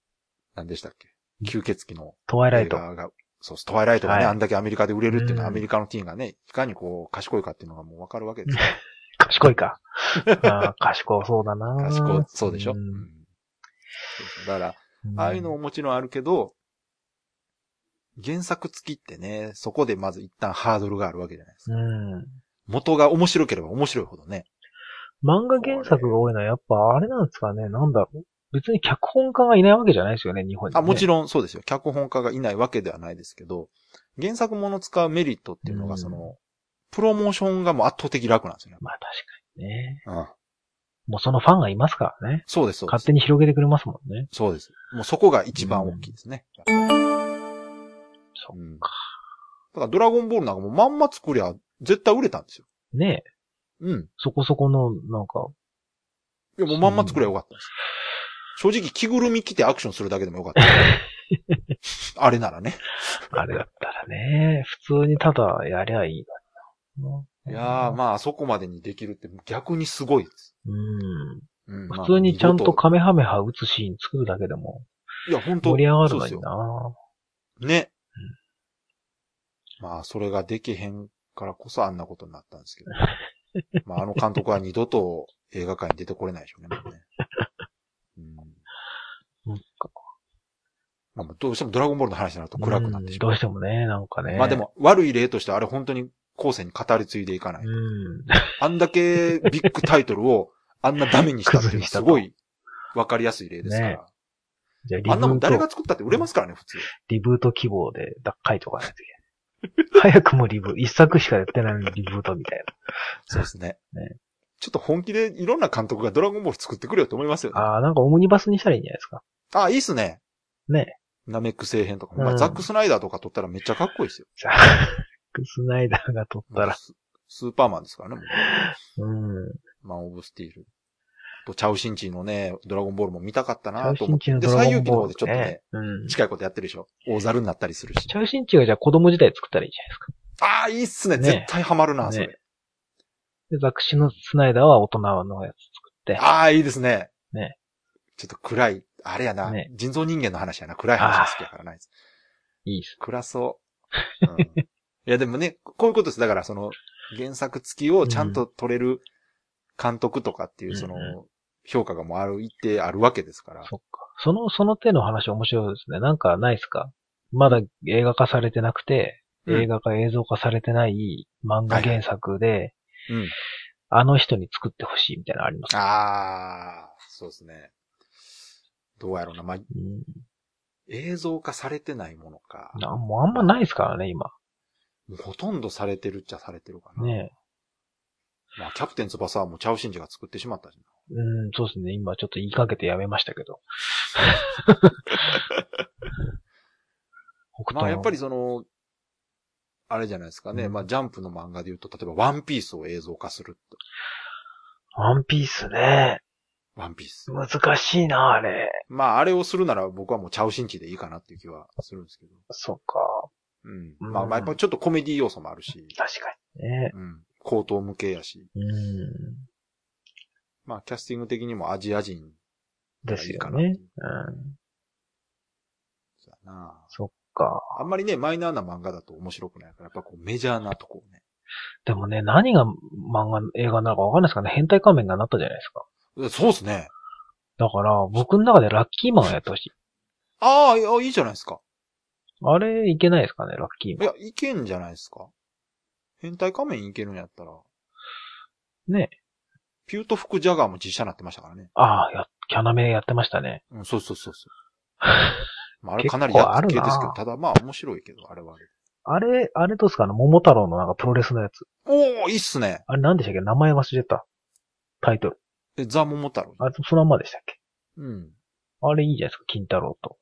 S1: 何でしたっけ吸血鬼の
S2: トワイライト。
S1: 映画が、そうそう、トワイライトがね、
S2: はい
S1: あんだけアメリカで売れるっていうのは、
S2: うん
S1: アメリカのティーンがね、いかにこう、賢いかっていうのがもうわかるわけですよ。
S2: 賢いか。ああ賢そうだな。
S1: 賢い、そうでしょ、
S2: ん
S1: うんそうそうだから、ああいうのももちろんあるけど、原作付きってね、そこでまず一旦ハードルがあるわけじゃないです
S2: う
S1: か。
S2: ん。
S1: 元が面白ければ面白いほどね。
S2: 漫画原作が多いのはやっぱあれなんですかね、なんだろう。別に脚本家がいないわけじゃないですよね、日本に、ね。
S1: あ、もちろんそうですよ。脚本家がいないわけではないですけど、原作もの使うメリットっていうの
S2: う
S1: が、
S2: ん
S1: その、プロモーションがもう圧倒的楽なんですよね。
S2: まあ確かにね。
S1: うん。
S2: もうそのファンがいますからね。
S1: そうです、そうで
S2: 勝
S1: す。
S2: 手に広げてくれますもんね。
S1: そうです。もうそこが一番大きいですね。
S2: そ
S1: うん。だからドラゴンボールなんかもうまんま作りゃ絶対売れたんですよ。
S2: ねえ。
S1: うん。
S2: そこそこの、なんか、
S1: いやもうまんま作りゃよかったです。正直着ぐるみ着てアクションするだけでもよか
S2: *laughs*
S1: った。あれならね。
S2: あれだったらね、普通にただやりゃいいの
S1: い
S2: にな。
S1: やー、まああそこまでにできるって逆にすごいです。
S2: うん。
S1: うん。まあ
S2: 普通にちゃんと
S1: 二度
S2: カメハメハ打つシーン作るだけでも
S1: いや、本当
S2: 盛り上がる
S1: そう
S2: の
S1: です
S2: に
S1: よ
S2: な。
S1: ね。まあ、それができへんからこそあんなことになったんです
S2: *laughs*
S1: けど。まあ、あの監督は二度と映画界に出てこれないでしょうね。も
S2: *laughs*
S1: うねうん
S2: うん
S1: まあ、どうしてもドラゴンボールの話になると暗くなってしまう。
S2: うんどうしてもね、なんかね。
S1: まあで。も、悪い例としてはあれ本当に後世に語り継いでいかな
S2: う
S1: い。
S2: ん。
S1: あんだけビッグタイトル
S2: *laughs*
S1: をあんなダメにしたっていうのはすごいわかりやすい例ですから。
S2: ねじゃあリブ
S1: あんなもん
S2: ー
S1: 誰が
S2: ト、
S1: 作ったって売れますからね、普通。
S2: リブート希望で脱会とかないといけ
S1: *laughs*
S2: ない。早くもリブ、一作しかやってないのにリブートみたいな。
S1: そうですね。
S2: ね
S1: ちょっと本気でいろんな監督がドラゴンボール作ってくれよと思いますよね。
S2: ああ、なんかオムニバスにしたらいいんじゃないですか。
S1: あ、いいっすね。
S2: ね。
S1: ナメック星編とか。まあ、
S2: うん
S1: ザックスナイダーとか撮ったらめっちゃかっこいいですよ。
S2: ザック *laughs* スナイダーが撮ったら。
S1: ススーパーマンですからね、も
S2: うん。
S1: うマン・オブ・スティール。あと、チャウ・シンチーのね、ドラゴンボールも見たかったなと
S2: チャウシ
S1: 思っ
S2: ンチ
S1: て。
S2: の
S1: で、
S2: ドラ
S1: 最
S2: ゴ
S1: 遊
S2: ン
S1: 記の
S2: ボー
S1: 方
S2: ル
S1: でちょっとね、
S2: うん。
S1: 近いことやってるでしょ。大猿になったりするし。
S2: チャウシンチがじゃあ子供時代作ったらいいじゃないですか。
S1: ああ、いいっすね。
S2: ね
S1: 絶対ハマるな、
S2: ね
S1: それ。
S2: で、ザクシのスナイダーは大人のやつ作って。
S1: ああ、いいですね。
S2: ね。
S1: ちょっと暗い、あれやな、
S2: ね
S1: 人造人間の話やな、暗い話好きやからないです。
S2: いいっす。
S1: 暗そう。うん、いや、でもね、こういうことです。だから、その、原作付きをちゃんと取れる監督とかっていうう、
S2: ん
S1: その
S2: うん、
S1: 評価がもうある、一定あるわけですから。
S2: そっか。その、その手の話面白いですね。なんかないっすかまだ映画化されてなくて、
S1: うん
S2: 映画化映像化されてない漫画原作で、
S1: うん。
S2: あの人に作ってほしいみたいなのあります。
S1: ああ、そうですね。どうやろうな。まあ、
S2: うん。
S1: 映像化されてないものか。
S2: なもうあんまないですからね、今。
S1: もうほとんどされてるっちゃされてるかな。
S2: ね
S1: まあ、キャプテン翼はもうチャウシンジが作ってしまったしな。
S2: うん、そうですね。今ちょっと言いかけてやめましたけど。北斗の
S1: まあ、やっぱりその、あれじゃないですかね。
S2: うん
S1: まあ、ジャンプの漫画で言うと、例えばワンピースを映像化すると。
S2: ワンピースね。
S1: ワンピース。
S2: 難しいな、あれ。
S1: まあ、あれをするなら僕はもうチャウシンチでいいかなっていう気はするんですけど。
S2: そっか。
S1: うん。
S2: うん
S1: まあ、まあ、やっぱちょっとコメディ要素もあるし、
S2: 確かにね。
S1: うん。高等向けやし、
S2: うん。
S1: まあ、キャスティング的にもアジア人
S2: です
S1: いいか
S2: よ
S1: なっていう
S2: ね。うん。
S1: だな。
S2: そっか。
S1: あんまりね、マイナーな漫画だと面白くないから、やっぱこうメジャーなとこをね。
S2: でもね、何が漫画、映画なのかわかんないですかね。変態仮面がなったじゃないですか。
S1: うんそうですね。
S2: だから、僕の中でラッキーマンをやってほしい。
S1: ああ、いやいいじゃないですか。
S2: あれ、いけないですかね、ラッキー
S1: い
S2: マ
S1: や、いけんじゃないですか。変態仮面いけるんやったら。
S2: ね。
S1: ピュート服ジャガーも実写になってましたからね。
S2: ン。ああ、や、キャナメやってましたね。
S1: うん、そうそうそうそう。 *laughs* まあ、あれかなり
S2: 結構
S1: やっつけ
S2: あるな
S1: ですけど、ただまあ面白いけど、あれはあれ。
S2: あれ、あれどうですかあの、桃太郎のなんかプロレスのやつ。
S1: おー、いいっすね。
S2: あれなんでしたっけ名前忘れた。タイトル。
S1: え、ザ・モモ太郎。
S2: あれ、そのままでしたっけ
S1: うん。
S2: あれいいじゃないですか、金太郎と。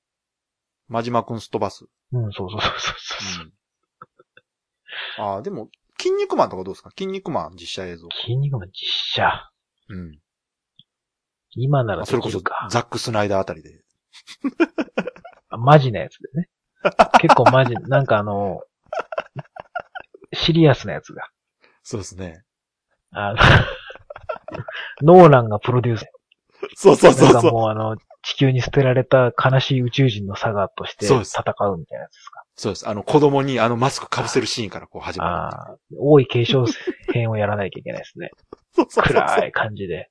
S1: 真島くんすっ飛ばす。
S2: うん、そうそうそうそうそうう。
S1: ん。ああ、でも、筋肉マンとかどうですか筋肉マン実写映像。
S2: 筋肉マン実写。
S1: うん。
S2: 今な
S1: ま
S2: ら
S1: あ、それ
S2: で
S1: こ
S2: き
S1: そ
S2: るか、。
S1: ザック・スナイダーあたりで。
S2: あマジなやつでね。結構マジ、なんか
S1: *laughs*
S2: あの、シリアスなやつが。
S1: そうですね。
S2: あの、 *laughs* ノーランがプロデュース。
S1: そうそうそう
S2: なん
S1: そ
S2: か
S1: う。
S2: もうあの、地球に捨てられた悲しい宇宙人のサガとして
S1: そう
S2: 戦
S1: です
S2: うみたいなやつですか。
S1: そうです。あの、子供にあのマスク被せるシーンからこう始まる。
S2: ああ、多い継承編をやらなきゃいけな
S1: *laughs*
S2: いですね。
S1: そうそうそうそう。
S2: 暗い感じで。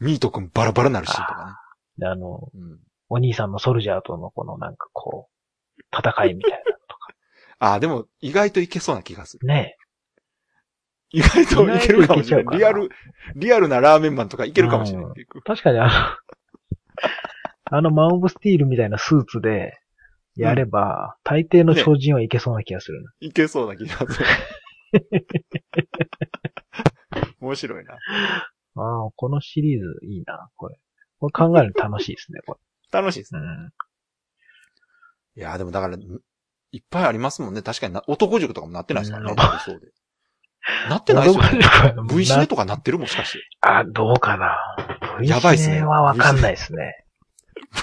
S1: ミートくんバラバラになるシーンとか
S2: であの、
S1: ね。うん。
S2: お兄さんのソルジャーとのこのなんかこう、戦いみたいなのと
S1: あ、でも意外といけそうな気がする。
S2: ね
S1: 意外といけるかもしれ
S2: 意外といけちゃうか
S1: な。
S2: ない
S1: リアル、リアルなラーメンマンとかいけるかもしれない。
S2: え確かにあの、あのマンオブスティールみたいなスーツでやれば、大抵の超人はいけそうな気がするな。
S1: いけそうな気がする。 *laughs* 面白いな。
S2: ああ、このシリーズいいな、これ。これ考えるの楽しいですね、こ
S1: 楽しいですね。
S2: れ。うん。
S1: いやーでもだから、いっぱいありますもんね。確かにな、男塾とかもなってないですからね。
S2: うん
S1: そうで。なってないですよね。V シネ
S2: ね
S1: とかなってるもしかして。
S2: あ、どうかな。V
S1: やばいっす
S2: シ
S1: ね
S2: ネはわかんないですね。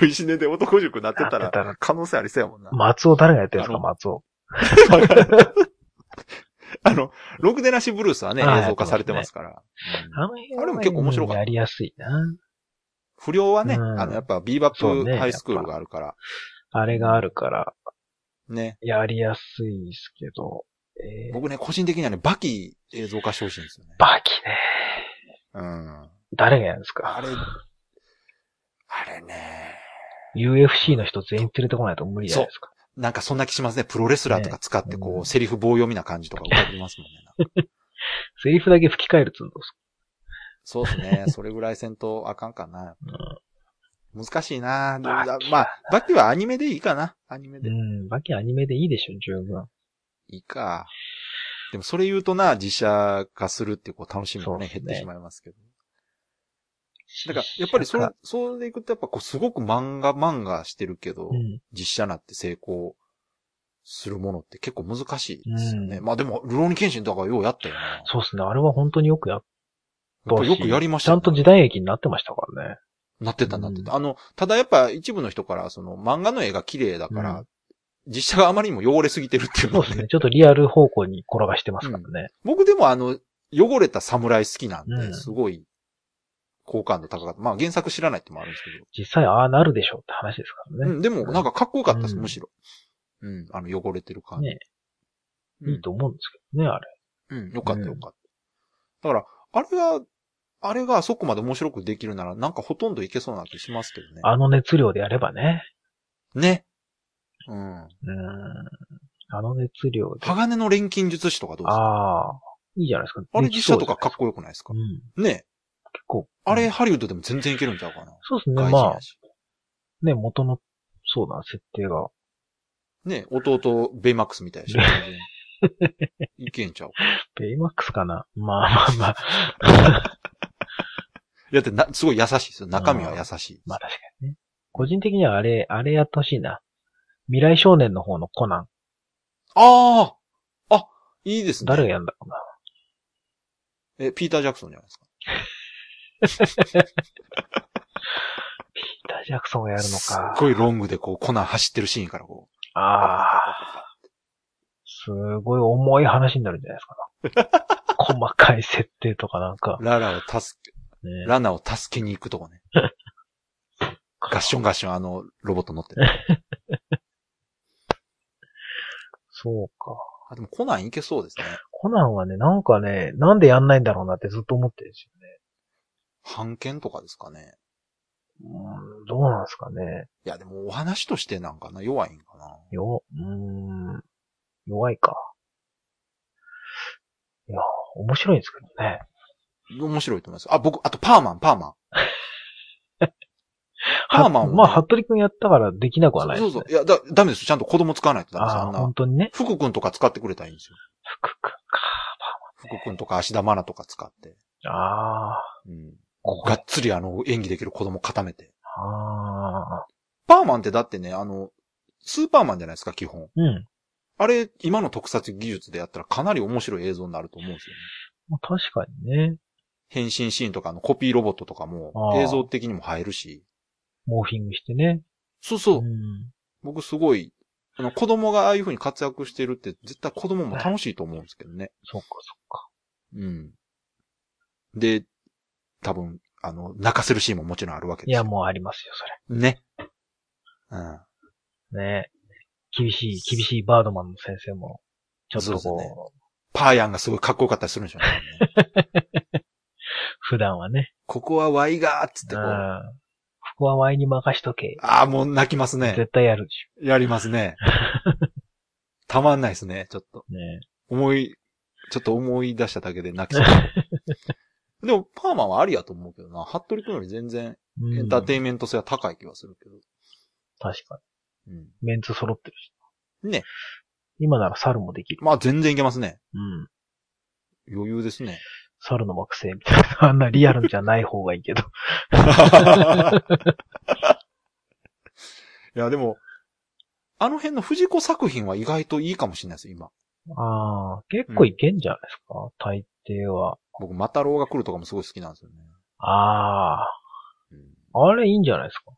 S1: V シネで男塾なってた
S2: なっ
S1: ら
S2: てたら、
S1: 可能性ありそうやもんな。
S2: 松尾誰がやってるんです
S1: あ
S2: か、
S1: の
S2: 松尾。
S1: *laughs* あの、ろくでなしブルースはね、
S2: あー
S1: 映像化されてますから。うん
S2: あの辺は
S1: あれも結構面白かった
S2: やりやすいな。
S1: 不良はね、
S2: うん
S1: あの、やっぱビーバッ
S2: そう
S1: プ
S2: ね
S1: ハイスクールがあるから、
S2: あれがあるから、
S1: ね。
S2: やりやすいですけど。えー、
S1: 僕ね、個人的にはね、バキ映像化してほしいんですよね。
S2: バキね。
S1: うん。
S2: 誰がやるんです
S1: あ
S2: か
S1: れ、あれね、
S2: ?UFC の人全員連れてこないと無理じゃないですか。
S1: なんかそんな気しますね。プロレスラーとか使って、こう、
S2: ね
S1: セリフ棒読みな感じとか歌ってますもんね。
S2: *laughs*
S1: なんか
S2: セリフだけ吹き替えるってどうですか
S1: そうですね。それぐらいせんとあかんかな。難しいなでも
S2: バキ
S1: まあ、バキはアニメでいいかな。アニメ
S2: う
S1: で。
S2: ん、バキアニメでいいでしょ、十分。
S1: いいか。でもそれ言うとな、自社化するっていうこう楽しみもね、
S2: そうです
S1: 減っ
S2: ね
S1: てしまいますけど。だから、やっぱりそれ、それでいくとやっぱこうすごく漫画漫画してるけど、
S2: うん、
S1: 実写なって成功するものって結構難しいですよね。
S2: う
S1: まあでも、ルローニケンシンとかようやったよな。や
S2: そうですね。あれは本当によくやっ
S1: っぱ
S2: たし
S1: よくやりまし
S2: ち
S1: た
S2: ゃ
S1: よ
S2: ん
S1: ね
S2: と時代劇になってましたからね。
S1: なってたなってた。
S2: うん
S1: あの、ただやっぱ一部の人から、その漫画の絵が綺麗だから、
S2: う
S1: 実写があまりにも汚れすぎてるっていう
S2: そ
S1: の
S2: うですね。
S1: で、
S2: ちょっとリアル方向に転がしてますからね。
S1: 僕でもあの、汚れた侍好きなんで、
S2: うん
S1: すごい、好感度高かった。まあ原作知らないってのもあるんですけど。
S2: 実際ああなるでしょうって話ですからね。
S1: うん、でもなんかかっこよかったです、
S2: うん
S1: むしろ。うん、あの汚れてる感じ。
S2: ね
S1: うん
S2: いいと思うんですけどね、あれ。
S1: うん、よかった
S2: うん
S1: よかった。だから、あれが、あれがあそこまで面白くできるなら、なんかほとんどいけそうな気しますけどね。
S2: あの熱量でやればね。
S1: ね。うん。
S2: うん。あの熱量で。
S1: 鋼の錬金術師とかどうですか
S2: ああ、いいじゃないですか。
S1: あれ
S2: で
S1: 実
S2: きそ
S1: 写
S2: うじ
S1: と
S2: ゃな
S1: か
S2: い
S1: かっこよくないですか
S2: ですか。うん。
S1: ね。
S2: 結構。
S1: あれ、ハリウッドでも全然いけるんちゃうかな。
S2: そうですね。
S1: 外人
S2: まあ
S1: や、し。
S2: ね、元の、そうだ、設定が。
S1: ね、弟、ベイマックスみたいやし。全然
S2: *laughs*
S1: いけんちゃうか。
S2: ベイマックスかなまあまあまあ。
S1: いや、だってな、すごい優しいですよ。中身は優しい。
S2: まあ確かにね。個人的にはあれ、あれやってほしいな。未来少年の方のコナン。
S1: あああ、いいですね。
S2: 誰がやるんだろうな。
S1: え、ピーター・ジャクソンじゃないですか。
S2: ピーター・ジャクソンがやるのか
S1: すっ。ごいロングでこう、コナン走ってるシーンからこう。
S2: ああ、すごい重い話になるんじゃない
S1: *laughs*
S2: ですかな。細かい設定とかなんか。
S1: ララを助け、
S2: ね、
S1: ラナを助けに行くとこね。ガッションガッションあのロボット乗って
S2: *laughs*
S1: る。
S2: そうか。
S1: あ、でもコナンいけそうですね。
S2: コナンはね、なんかね、なんでやんないんだろうなってずっと思ってるんです
S1: 判件とかですかね。
S2: よ。うん、どうなんですかね。
S1: いや、でもお話としてなんかな、弱いんかな。
S2: よ、うーん、弱いか。いや、面白いんですけどね。
S1: 面白いと思います。あ、僕、あとパーマン、パーマン。パーマンはね
S2: まあ、服部くんやったからできなくはないです、
S1: そう
S2: ね。
S1: そう。いや、だ、ダメです。ちゃんと子供使わないとダメです。
S2: あ
S1: あ
S2: あ、
S1: んな
S2: 本。当にね。
S1: 福君とか使ってくれたらいいんですよ。
S2: 福くん
S1: 福君とか芦田愛菜とか使って。
S2: か。ああ、
S1: うん。
S2: こ
S1: がっつりあの、演技できる子供固めて。
S2: ああ、
S1: パーマンってだってね、あの、スーパーマンじゃないですか、基本。
S2: うん。
S1: あれ、今の特撮技術でやったらかなり面白い映像になると思うんですよね。
S2: まあ、確かにね。
S1: 変身シーンとかあのコピーロボットとかも
S2: あー
S1: 映像的にも映えるし。
S2: モーフィングしてね。
S1: そうそう。
S2: ん。
S1: 僕すごい、あの子供がああいう風に活躍してるって絶対子供も楽しいと思うんですけどね。
S2: そっかそっか。
S1: うん。で、多分、あの、泣かせるシーンももちろんあるわけ
S2: い
S1: です
S2: や、
S1: よ。
S2: もうありますよ、
S1: ね。うん。
S2: それ。ね厳しい、厳しいバードマンの先生も、ちょっと
S1: そうです
S2: こう、
S1: パーヤンがすごいかっこよかったりするんでしょう
S2: *laughs*
S1: ね。
S2: 普段はね。
S1: ここはワイガーっつっ
S2: う
S1: て
S2: ん。
S1: こう。あ
S2: ここはワイに任しとけ。
S1: あー、もう泣きますね。
S2: *laughs* 絶対やるでし
S1: やりますね。たまんないですね、ちょっと。
S2: ね
S1: 思い、ちょっと思い出しただけで泣き
S2: *laughs*
S1: そう。でも、パーマはありやと思うけどな。服部君より全然
S2: うん
S1: エンターテインメント性は高い気がするけど。
S2: 確か
S1: うん。
S2: に。メンツ揃ってるし。
S1: ね。
S2: 今なら猿もできる。
S1: まあ全然いけますね。
S2: うん。
S1: 余裕ですね。
S2: 猿の惑星みたいな。あんなリアルじゃない方がいいけど。 *laughs*
S1: いや、でも、あの辺の藤子作品は意外といいかもしれないです、今。
S2: ああ、結構いけんじゃないですか、大抵は。
S1: 僕、マタロウが来るとかもすごい好きなんですよね。
S2: あ
S1: うん、い
S2: あ、あれいいんじゃないですか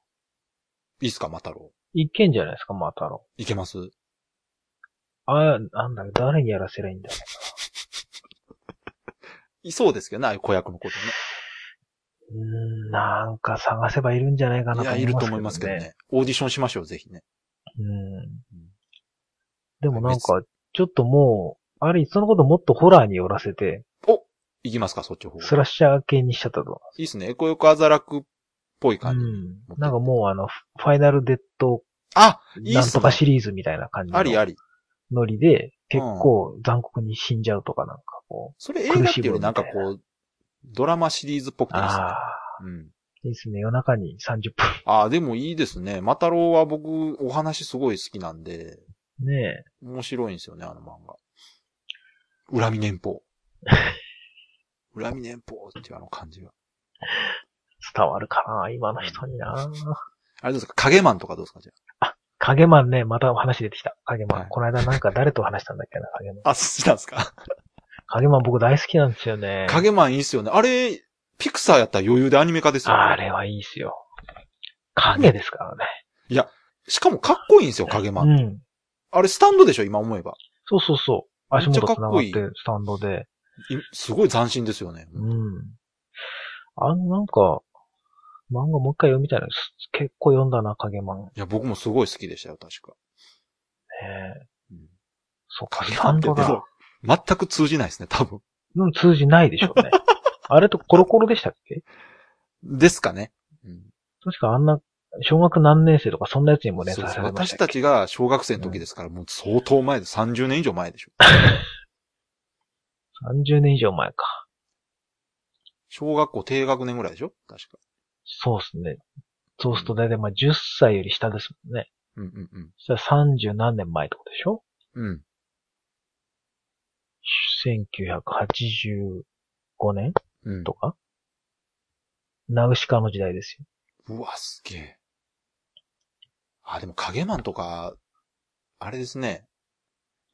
S1: いっすか、マタロ
S2: いけんじゃないですか、マタロ
S1: ウ。いけます
S2: ウ。ああ、なんだ、誰にやらせりゃいいんだろ
S1: いそうですけどね、ああいう子役のことね。
S2: う。うーん、なんか探せばいるんじゃないかない
S1: や、いると思いますけど。ね。オーディションしましょう、ぜひね。
S2: うん。でもなんか、ちょっともう、あれ、いっそのこともっとホラーに寄らせて、
S1: いきますか、そっちの方。
S2: スラッシャー系にしちゃったと。
S1: いいっすね。エコヨコアザラクっぽい感じ。
S2: うん。なんかもうあの、ファイナルデッド、
S1: あいい
S2: な
S1: っ
S2: ん
S1: す
S2: とか
S1: ね。
S2: シリーズみたいな感じ
S1: あり
S2: の
S1: あり。
S2: ノリで、結構残酷に死んじゃうとかなんかこ
S1: それ映画っていうよりなんかこう、ドラマシリーズっぽく
S2: う。
S1: ていいっすね。
S2: ああ。
S1: うん。
S2: いいですね。夜中に30分。
S1: ああ、でもいいですね。マタロウは僕、お話すごい好きなんで、
S2: ねえ。
S1: 面白いんですよね、あの漫画。恨み年俸。恨み年俸っていうあの感じが。
S2: 伝わるかな今の人にな
S1: あれどうですか影マンとかどうですかじゃ
S2: 影マンね、また話出てきた。影マン。
S1: はい
S2: この間なんか誰と話したんだっけな、影マン。
S1: あ。あ、そうなんですか
S2: 影マン僕大好きなんですよね。
S1: 影マンいいっすよね。あれ、ピクサーやったら余裕でアニメ化ですよ、ね。
S2: あれはいいっすよ。影ですからね。
S1: しかもかっこいいんですよ、影マン。
S2: うん。
S1: あれスタンドでしょ、今思えば。
S2: そうそうそう。足元繋がっ
S1: め
S2: て
S1: っちゃかっこい
S2: スタンドで。
S1: いすごい斬新ですよね。
S2: うん。あのなんか、漫画もう一回読みたいな。す結構読んだな、影マン。ね
S1: いや、僕もすごい好きでしたよ、確か。
S2: え
S1: うん
S2: そっか、
S1: 影
S2: ス
S1: マ
S2: タ
S1: ン
S2: ン
S1: って
S2: ド
S1: で
S2: だ
S1: も。、 *laughs* 全く通じないですね、多分。
S2: うん、通じないでしょうね。 *laughs* あれとコロコロでしたっけ
S1: ですかね。うん
S2: 確かあんな、小学何年生とかそんなやつにも連
S1: そう
S2: 載
S1: です
S2: されまし
S1: 私
S2: た
S1: た
S2: っけ
S1: ちが小学生の時ですから、もう相当前で、30年以上前でしょ。
S2: 30年以上前か。
S1: 小学校低学年ぐらいでしょ確か。
S2: そうですね。そうすると大体まあ10歳より下ですもんね。
S1: うんうん
S2: そしたら30何年前ってことでしょ
S1: うん。うん。
S2: ?1985 年
S1: うん
S2: と。かナウシカの時代ですよ。
S1: うわ、すげえ。あ、でも影マンとか、あれですね。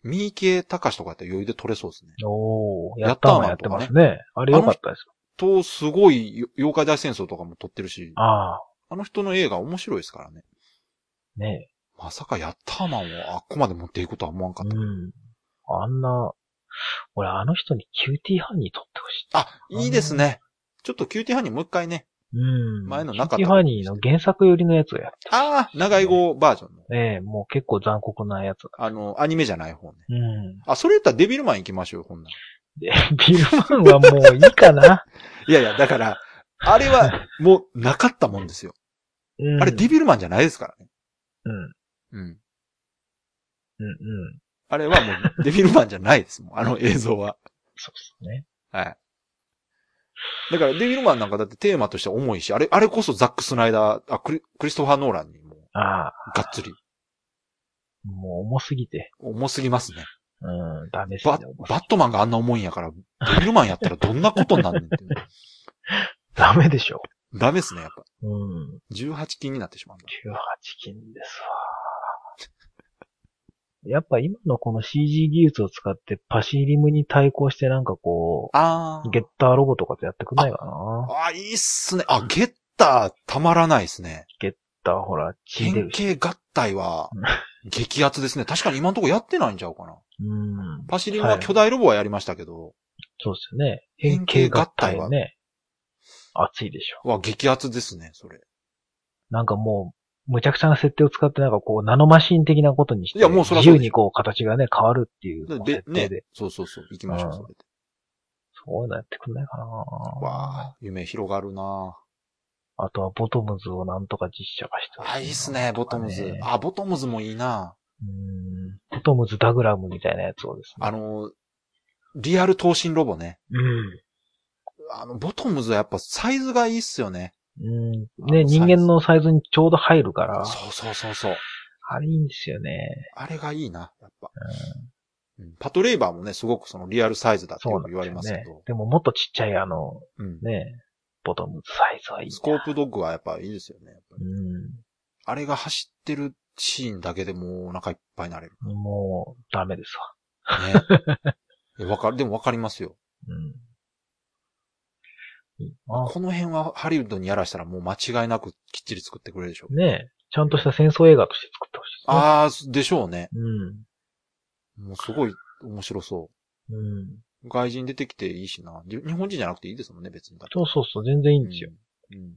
S1: 三池隆とかやったら余裕で撮れそうですね。
S2: おー、
S1: や
S2: や
S1: っ
S2: ったた
S1: ー
S2: ー
S1: マ
S2: マ
S1: ン
S2: ンやっ
S1: と
S2: て
S1: かね
S2: ますね。あれ良かったです。
S1: と、すごい、よ妖怪大戦争とかも撮ってるし、
S2: ああ
S1: あの人の映画面白いですからね。
S2: ー、ね
S1: まさかヤッターマンをあっこまで持っていくとは思わんか
S2: う
S1: った。
S2: ん。あんな、俺あの人にキューティーハニー撮ってほしい。
S1: あ、いいですね。ちょっとキューティーハニーもう一回ね。
S2: うん。
S1: 前のなかった
S2: キューティーハニーの原作寄りのやつをやってほしい
S1: ああ、長い語バージョンの。
S2: ええ、もう結構残酷なやつだ。
S1: あの、アニメじゃない方ね。
S2: うん。
S1: あ、それ言ったらデビルマン行きましょう、ほんなら
S2: で、ビルマンはもういいかな。
S1: いやいや、だから、あれはもうなかったもんですよ。
S2: うん、
S1: あれデビルマンじゃないですからね。
S2: うん、うん、
S1: うん。
S2: うん。
S1: あれはもうデビルマンじゃないですもん、あの映像は。
S2: そうですね。
S1: はい。だからデビルマンなんかだってテーマとしては重いし、あれ、あれこそザック・スナイダー、あ、クリクリストファー・ノーランにもう
S2: ああ、
S1: がっつり。
S2: もう重すぎて。
S1: 重すぎますね。
S2: うん、ダメですね
S1: バ。バットマンがあんな重いんやから、デビルマンやったらどんなことになんねんっていう。
S2: ダメでしょ。
S1: ダメですね、やっぱ。
S2: うん。
S1: 18禁になってしまうんだ。
S2: 18金ですわ。やっぱ今のこの CG 技術を使ってパシリムに対抗してなんかこ
S1: あ
S2: う、
S1: ー
S2: ゲッターロボとかとやってくんないかな。
S1: あ、いいっすね。あ、ゲッターたまらないですね。
S2: ゲッターほら、血出
S1: 変
S2: るし。
S1: 形合体
S2: *laughs*
S1: は、激アツですね。確かに今のところやってないんちゃうかな。
S2: うん。
S1: パシリンは巨大ロボはやりましたけど、
S2: そうですよね。
S1: 変
S2: 変
S1: 形
S2: 形
S1: 合
S2: 合
S1: 体
S2: 体
S1: は
S2: はね。熱いでしょ。
S1: は激アツですね、それ。
S2: なんかもう、むちゃくちゃな設定を使ってなんかこう、ナノマシン的なことにして、
S1: いやもうそら
S2: 自
S1: そう
S2: 由
S1: でしょ
S2: にこう、形がね、変わるっていうこう設
S1: で、
S2: 定で。
S1: ね、そうそうそう、行きましょう、それで。
S2: そういうのやってくんないかな
S1: わあ、夢広がるな
S2: あとはボトムズをなんとか実写化してほし
S1: あ、いいっすね、ボトムズ
S2: ね。
S1: あ、ボトムズもいいな
S2: うん。トムズダグラムみたいなやつをですね。
S1: あの、リアル闘神ロボね。
S2: うん。
S1: あの、ボトムズはやっぱサイズがいいっすよね。
S2: うん。
S1: あの
S2: ね、人間のサイズにちょうど入るから、
S1: そうそうそうそう。
S2: あれいいんですよね。
S1: あれがいいな、やっぱ。うんパトレイバーもね、すごくそのリアルサイズだって
S2: そ
S1: よ
S2: う
S1: く
S2: なん
S1: 言わ
S2: です
S1: れ
S2: よ
S1: ますけ
S2: ね
S1: ど。。
S2: でももっとちっちゃいあの、
S1: うん。
S2: ね、ボトムサイズはいいな。
S1: スコープドッグはやっぱいいですよね。やっぱり
S2: う
S1: あれが走ってるシーンだけでもうお腹いっぱいになれる。
S2: ん。もう、ダメですわ。
S1: *laughs* ね。わかる、でもわかりますよ。
S2: うんいいな。
S1: この辺はハリウッドにやらしたらもう間違いなくきっちり作ってくれるでしょう。
S2: ねえ、ちゃんとした戦争映画として作ってほしいですね。
S1: あー、でしょうね。
S2: う
S1: もうすごい面白そ
S2: ん。うん。
S1: う。外人出てきていいしな。じ日本人じゃなくていいですもんね、別に。
S2: そうそうそう、全然いい
S1: うんん
S2: ですよ。
S1: うん。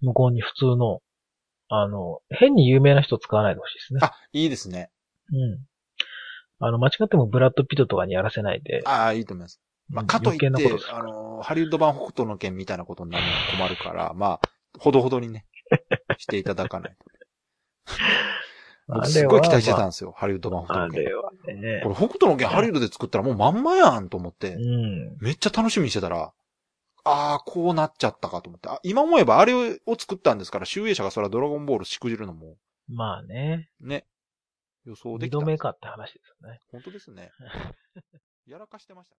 S2: 向こうに普通の、あの、変に有名な人使わないでほしいですね。
S1: あ、いいですね。
S2: うん。あの、間違ってもブラッド・ピットとかにやらせないで、
S1: あー、いいと思います。まあ、
S2: うん
S1: かといって、
S2: 余計なことする
S1: あの、ハリウッド版北斗の剣みたいなことになるのは困るから、まあ、ほどほどに
S2: *laughs*
S1: ね、していただかないと。
S2: あれは
S1: 僕すっごい期待してたんですよ、ハリウッド版北
S2: あ
S1: 斗の剣。
S2: れはね
S1: こ。れ北斗の剣ハリウッドで作ったらもうまんまやんと思って
S2: う、ん。
S1: めっちゃ楽しみにしてたら、ああ、こうなっちゃったかと思って。あ今思えばあれを作ったんですから、集英者がそれはドラゴンボールしくじるのも、
S2: まあね。
S1: ね、予想で
S2: 二
S1: きた。
S2: 度目かって話ですよね。 *laughs*
S1: 本当ですね。やらかしてました。